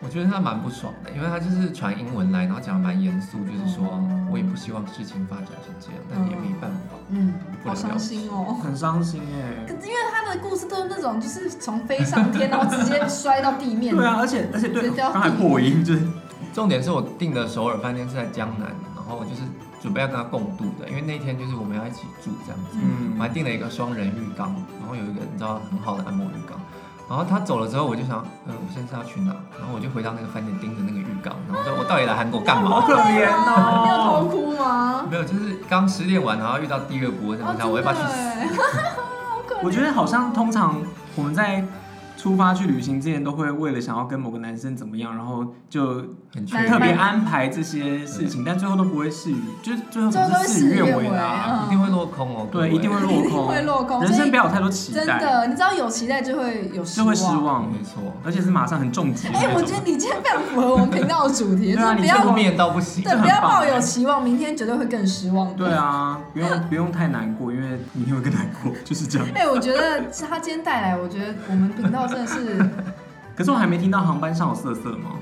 S3: 我觉得他蛮不爽的，因为他就是传英文来，然后讲得蛮严肃，就是说
S1: 哦
S3: 我也不希望事情发展成这样，但也没办法。
S1: 嗯，
S3: 不
S1: 好
S3: 了
S1: 伤
S3: 了
S1: 心哦。
S2: 很伤心哎、
S1: 可是因为他的故事都是那种，就是从飞上天，然后直接摔到地面。
S2: 对啊，而且而且对，
S1: 直接掉
S2: 刚才破音就是
S3: 重点是我订的首尔饭店是在江南，然后就是准备要跟他共度的，因为那一天就是我们要一起住这样子。我
S2: 嗯
S3: 们还订了一个双人浴缸，然后有一个你知道很好的按摩浴缸。然后他走了之后，我就想，嗯、我现在是要去哪？然后我就回到那个饭店盯着那个浴缸，然后说哦我到底来韩国干
S1: <laughs>
S2: 好
S3: 嘛？
S2: 可怜
S1: 你有偷
S2: 哦。
S1: 哭吗？
S3: 没有，就是刚失恋完，然后遇到第二波，这样
S1: 哦
S3: 我想我要不要去死？
S1: 真的耶好可怜
S2: 我觉得好像通常我们在出发去旅行之前，都会为了想要跟某个男生怎么样，然后就
S3: 很确
S1: 对
S2: 特
S3: 定，
S2: 别安排这些事情，但最后都不会事与，就是最后总
S1: 最后
S2: 是
S1: 都
S2: 事
S1: 事与
S2: 与愿
S1: 愿
S2: 违
S1: 违
S2: 啦。
S1: 嗯
S3: 一定会落空哦。各位
S2: 对，一定会
S1: <laughs> 一定
S2: 落
S1: 会
S2: 空。
S1: 落空。
S2: 人
S1: 所
S2: 生
S1: 以
S2: 不要有太多期
S1: 真
S2: 待，
S1: 的，你知道有期待就会有失
S2: 就会
S1: 望。
S2: 失望，
S3: 没错，
S2: 而且是马上很重击的
S1: 哎、我
S2: 那
S1: 觉
S2: 种。
S1: 得你今天非常符合我们频道的主题，就
S2: 对啊
S1: 是
S2: 你
S1: 不
S2: 最
S1: 要
S2: 后
S3: 负面到不行
S2: 这。
S1: 对，
S2: 很
S1: 不要
S2: 棒
S1: 抱
S2: 哎
S1: 有期望，明天绝对会更失望的。
S2: 对啊，不用不用太难过，因为明天会更难过， <laughs> 就是这样。
S1: 哎、我觉得是他今天带来，我觉得我们频道真的是，
S2: 可是我还没听到航班上有色色
S1: <laughs>
S2: 吗？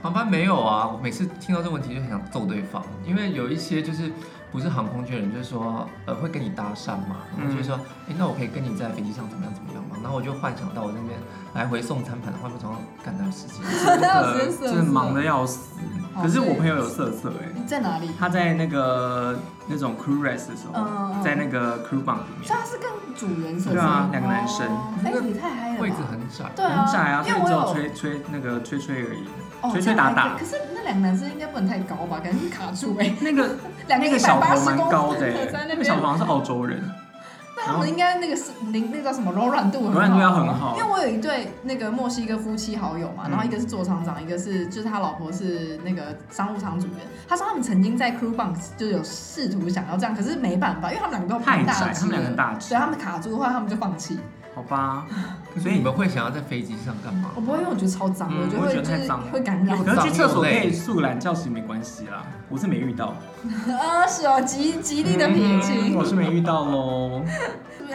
S3: 航班没有啊，我每次听到这个问题就很想揍对方，因为有一些就是不是航空圈人，就是说呃会跟你搭讪嘛，然后就说哎、诶那我可以跟你在飞机上怎么样怎么样嘛，然后我就幻想到我那边来回送餐盘，换不着干那事情，
S1: 哪有时间色
S2: 真的
S1: 色
S2: 忙的要死。
S1: 哦
S2: 可是我朋友有色色哎、
S1: 你在哪里？
S2: 他在那个那种 crew race 的时
S1: 嗯
S2: 候，
S1: 嗯
S2: 在那个 crew bunk 里面，
S1: 所以他是跟主人色色
S2: 对啊两个男生
S1: 哦哎、你太嗨了吧
S3: 位置很窄。
S1: 对啊，
S2: 很窄啊，
S1: 因
S2: 所
S1: 为
S2: 以
S1: 我
S2: 只有
S1: 有
S2: 吹吹那个吹吹而已，
S1: 哦
S2: 吹
S1: 这样
S2: 吹打
S1: 还
S2: 打
S1: 可以可是那两个男生应该不能太高吧？感觉是卡住哎、
S2: 那个
S1: 两
S2: 那
S1: 一
S2: 个
S1: 百
S2: 小
S1: 八
S2: 头
S1: 十
S2: 蛮
S1: 公
S2: 高
S1: 分
S2: 的、
S1: 的
S2: 欸
S1: 在，那
S2: 那个
S1: 边，
S2: 小头好像是澳洲人，
S1: 那他们应该那个是零那个叫什么柔软度很
S2: 柔软度要很
S1: 好
S2: 好
S1: 因为我有一对那个墨西哥夫妻好友嘛，
S2: 嗯
S1: 然后一个是做厂长，一个是就是他老婆是那个商务舱组员。他说他们曾经在 crew bunk 就是有试图想要这样，可是没办法，因为他们两个都
S2: 太
S1: 蛮
S2: 窄
S1: 大，
S2: 他们两个很大只
S1: 所以他们卡住的话，他们就放弃。
S2: 好
S1: <laughs>
S2: 吧？
S3: 可是
S2: 所以
S3: 你们会想要在飞机上干嘛？
S1: 我不会，因为我觉得超脏，
S2: 嗯
S1: 觉得
S2: 我
S1: 会
S2: 也觉
S1: 就
S2: 得
S1: 是
S2: 太脏了
S1: 会感染
S3: 有。
S2: 可是去厕所可
S3: 又累
S2: 以素懒觉醒没关系啦，我是没遇到，
S1: <laughs> 啊，是哦，极极力的撇
S2: 嗯
S1: 清。
S2: 我是没遇到喽，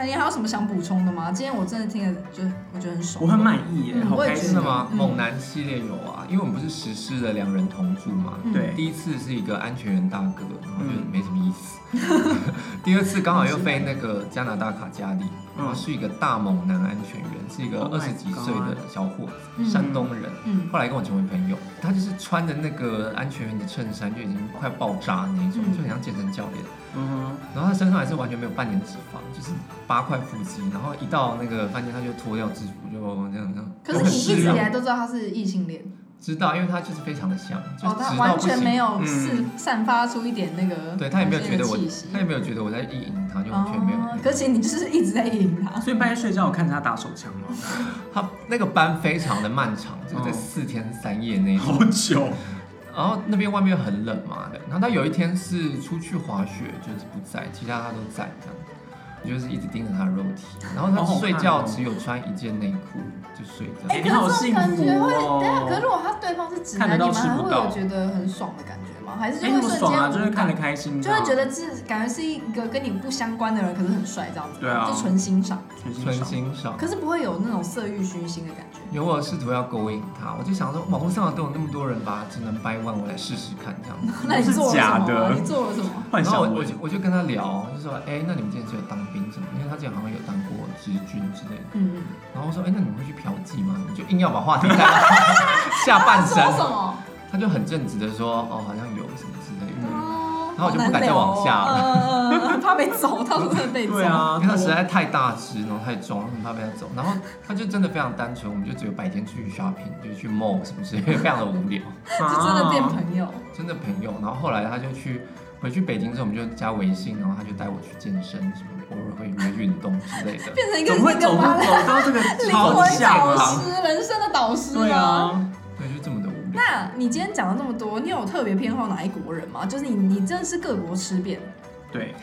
S1: 你还有什么想补充的吗？今天我真的听了，就我觉得很爽。
S2: 我很满意耶、
S1: 嗯
S2: 好
S1: 我也
S2: 开
S1: 觉得
S3: 真
S2: 心哦
S3: 的吗？
S1: 嗯
S3: 猛男系列有啊，因为我们不是实施了两人同住嘛。
S1: 嗯
S2: 对
S3: <laughs> 第一次是一个安全员大哥，然后就没什么意思。第第二次刚好又飞那个加拿大卡加里，
S2: 嗯
S3: 他是一个大猛男安全员，是一个
S2: Oh my
S3: 二十几岁的小伙
S1: 嗯
S3: 子，山东人。
S1: 嗯
S3: 后来跟我成为朋友，他就是穿的那个安全员的衬衫就已经快爆炸那一种，
S1: 嗯
S3: 就很像健身教练。
S2: 嗯
S3: 然后他身上还是完全没有半点脂肪，就是八块腹肌。然后一到那个饭店，他就脱掉制服，就这样这样。
S1: 可是你一直以来都知道他是异性恋，
S3: 知道，因为他就是非常的像，就
S1: 哦，
S3: 是
S1: 他
S3: 直到
S1: 完
S3: 不
S1: 全
S3: 行。
S1: 没有
S2: 嗯
S1: 是散发出一点那个
S3: 对他也没有觉得
S1: 同
S3: 我
S1: 性的气息，
S3: 他也没有觉得我在意淫他，就完全没有。
S1: 哦，可是其实你就是一直在意淫他
S2: 哼，，所以半夜睡觉我看着他打手枪嘛，
S3: 他那个班非常的漫长，就是在
S2: 嗯哦
S3: 四天三夜那一种。
S2: <laughs> 好久，
S3: 然后那边外面很冷嘛，然后他有一天是出去滑雪，就是不在，其他他都在这样。我就是一直盯着他的肉体，然后
S2: 好好看
S3: 他睡觉
S2: 哦
S3: 只有穿一件内裤就睡这
S1: 哎
S3: 样。
S2: 你好
S1: 可是这种感觉
S2: 幸福
S1: 会，
S2: 哦
S1: 等一下，可是如果他对方是直
S2: 看得
S1: 男，你
S2: 到
S1: 们还
S2: 吃不
S1: 会
S2: 到
S1: 有觉得很爽的感觉吗？还是就
S2: 哎，
S1: 会
S2: 那么
S1: 瞬
S2: 爽啊，
S1: 间
S2: 就是看得开心的
S1: 就
S2: 啊，
S1: 会觉得自感觉是一个跟你不相关的人，可是很帅这样子，
S2: 对啊
S1: 就纯欣赏，
S2: 纯欣
S3: 纯
S2: 赏
S3: 欣赏。
S1: 可是不会有那种色欲熏心的感觉。
S3: 有我试图要勾引他，我就想说网络上都有那么多人吧，只能掰弯，我来试试看这样子。
S1: 那你做了什么啊
S2: 是假的
S1: 你做了什么？
S2: 幻
S3: 然后我
S2: 想
S3: 我
S2: 文
S3: 就，我就跟他聊，就说，哎、那你们之前是有当兵什么？因为他之前好像有当过职军之类的。
S1: 嗯，
S3: 然后我说，哎、那你们会去嫖妓吗？你就硬要把话题带到 <laughs> 下半
S1: 说什
S3: 身，
S1: 么？
S3: 他就很正直的说，哦，好像有什么之类的。
S1: 然
S3: 然后我就不敢再往下了
S1: 了，怕被走，到时候真的被走。
S2: 对啊，
S3: 因为他实在太大只，然后太重，很怕被他走。然后他就真的非常单纯，我们就只有白天出去 shopping，就是去 mall 什么 <laughs> 之类的，非常的无聊。
S1: <laughs> 就
S2: 啊
S1: 真的变朋友。
S3: 真的朋友。然后后来他就去回去北京之后，我们就加微信，然后他就带我去健身，什么偶尔会约运动之类的。
S1: 变成一个
S2: 怎么会
S1: 一
S2: 走
S1: 个
S2: 路
S1: 妈的
S2: 走到这
S1: <laughs>
S2: 个
S1: 灵
S2: 超
S1: 魂
S2: 像
S1: 导
S2: 啊？
S1: 师，人生的导师
S2: 对
S1: 吗？
S2: 啊，
S3: 对，就这么的无聊。
S1: 那你今天讲了这么多，你有特别偏好哪一国人吗？就是你，你真的是各国吃遍，
S2: 对，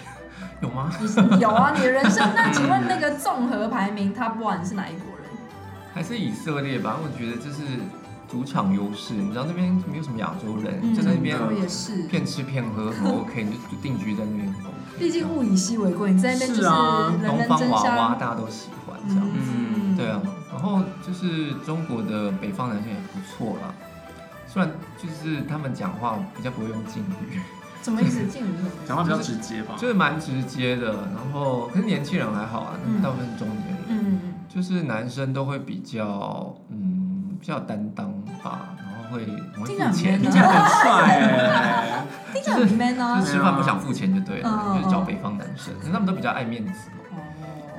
S3: 有吗？
S1: 你 <laughs> 有啊，你的人生。那请问那个综合排名 Top One 是哪一国人？
S3: 还是以色列吧？我觉得这是主场优势。你知道那边没有什么亚洲人，就在那边
S1: 嗯我也是，
S3: 骗吃骗
S1: <laughs>
S3: 喝很 OK，你就定居在那边很 OK。
S1: 毕竟物以稀为贵，你在那边就是
S2: 是啊
S1: 人
S3: 东
S1: 人
S3: 方
S1: 争
S3: 娃娃
S1: 相。
S3: 大家都喜欢这样。
S2: 嗯
S3: 对啊，，然后就是中国的北方男生也不错啦，虽然就是他们讲话比较不会用敬语， <laughs>
S1: 什么意思？敬语是什么？
S2: 讲话比较直接吧，
S3: 就是蛮直接的，然后跟年轻人还好啊，
S1: 嗯
S3: 大部分是中年人，
S1: 嗯嗯
S3: 就是男生都会比较嗯比较有担当吧，然后会很
S1: 听
S3: 会
S1: 起来
S3: 付
S1: 很
S3: 钱，
S1: man
S2: 你
S1: 啊
S2: 这样很帅哎，
S1: 嗯，听起来很 man
S3: 就
S1: 啊。
S3: 是吃饭不想付钱就对
S1: 嗯
S3: 了，就是找北方男生，可是他们都比较爱面子，
S1: 哦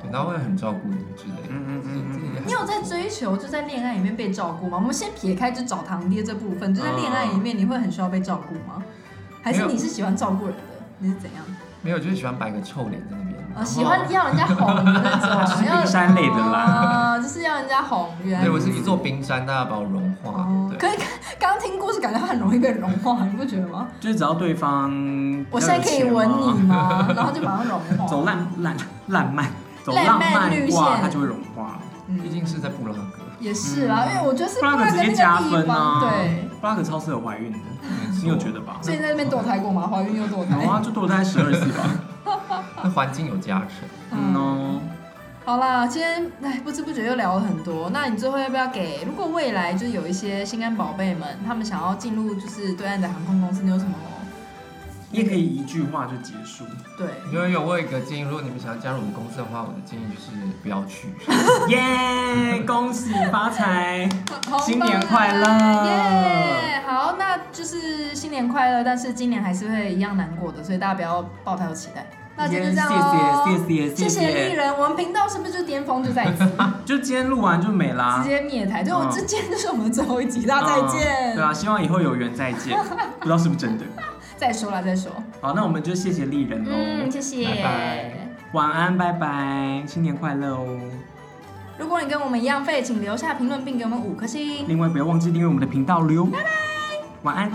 S3: 对，然后会很照顾你之类的。
S2: 嗯嗯嗯嗯嗯
S1: 你有在追求就在恋爱里面被照顾吗？我们先撇开就找堂爹这部分，就在恋爱里面你会很需要被照顾吗？还是你是喜欢照顾人的？你是怎样？
S3: 没有，就是喜欢摆个臭脸在那边，然
S1: 呃，
S3: 后
S1: 喜欢要人家哄的那
S2: 就是
S1: 种，要
S2: 冰山类的啦
S1: 啊，就是要人家哄。原来
S3: 对我是一座冰山，大家把我融化
S1: 哦，，
S3: 对
S1: 可。是刚刚听故事，感觉他很容易被融化，你不觉得
S2: <laughs>
S1: 吗？
S2: 就是只要对方，
S1: 我现在可以吻你，吗？ <laughs>
S2: <laughs>
S1: 然后就马上融化。
S2: 走烂烂烂漫，走
S1: 浪
S2: 浪
S1: 漫
S2: 漫
S1: 路
S2: 哇，
S1: 线
S2: 它就会融化。
S1: 嗯
S3: 毕竟是在布拉格，
S1: 也是啊，因为我觉得是
S2: 布拉
S1: 格
S2: 格直
S1: 那
S2: 接
S1: 个
S2: 加
S1: 地
S2: 分
S1: 方，
S2: 啊！
S1: 对。，
S2: 布拉格超适合怀孕的，嗯你有觉得吧？
S1: 所以你在那边堕胎过吗？怀孕又堕
S2: 有啊，
S1: 胎？
S2: 就堕胎十二次吧。
S1: <laughs>
S3: 那环境有加成。
S2: 嗯哦，
S1: 好啦，今天哎不知不觉又聊了很多。那你最后要不要给？如果未来就是有一些心肝宝贝们，他们想要进入就是对岸的航空公司，你有什么？
S2: 你也可以一句话就结束，
S1: 对，
S3: 有有，我有一个建议，如果你们想要加入我们公司的话，我的建议就是不要去。
S1: <laughs>
S2: 耶！恭喜发财！
S1: 红包
S2: 新年快乐
S1: 耶！好，那就是新年快乐，但是今年还是会一样难过的，所以大家不要抱太多期待。那今天就这样喽，
S2: 耶谢谢谢谢
S1: 谢谢艺人，我们频道是不是就巅峰就在此直
S2: 就今天录完就没啦。
S1: 接灭台？对，我
S2: 嗯
S1: 这今天就是我们最后一集，大家再见。
S2: 嗯对啊，希望以后有缘再见，不知道是不是真的。
S1: 再说啦，再说。
S2: 好，那我们就谢谢丽人喽。
S1: 嗯，谢谢。
S3: 拜拜
S2: 晚安，拜拜，新年快乐哦！
S1: 如果你跟我们一样废，请留下评论并给我们五颗星。
S2: 另外，不要忘记订阅我们的频道哟。拜拜，晚安。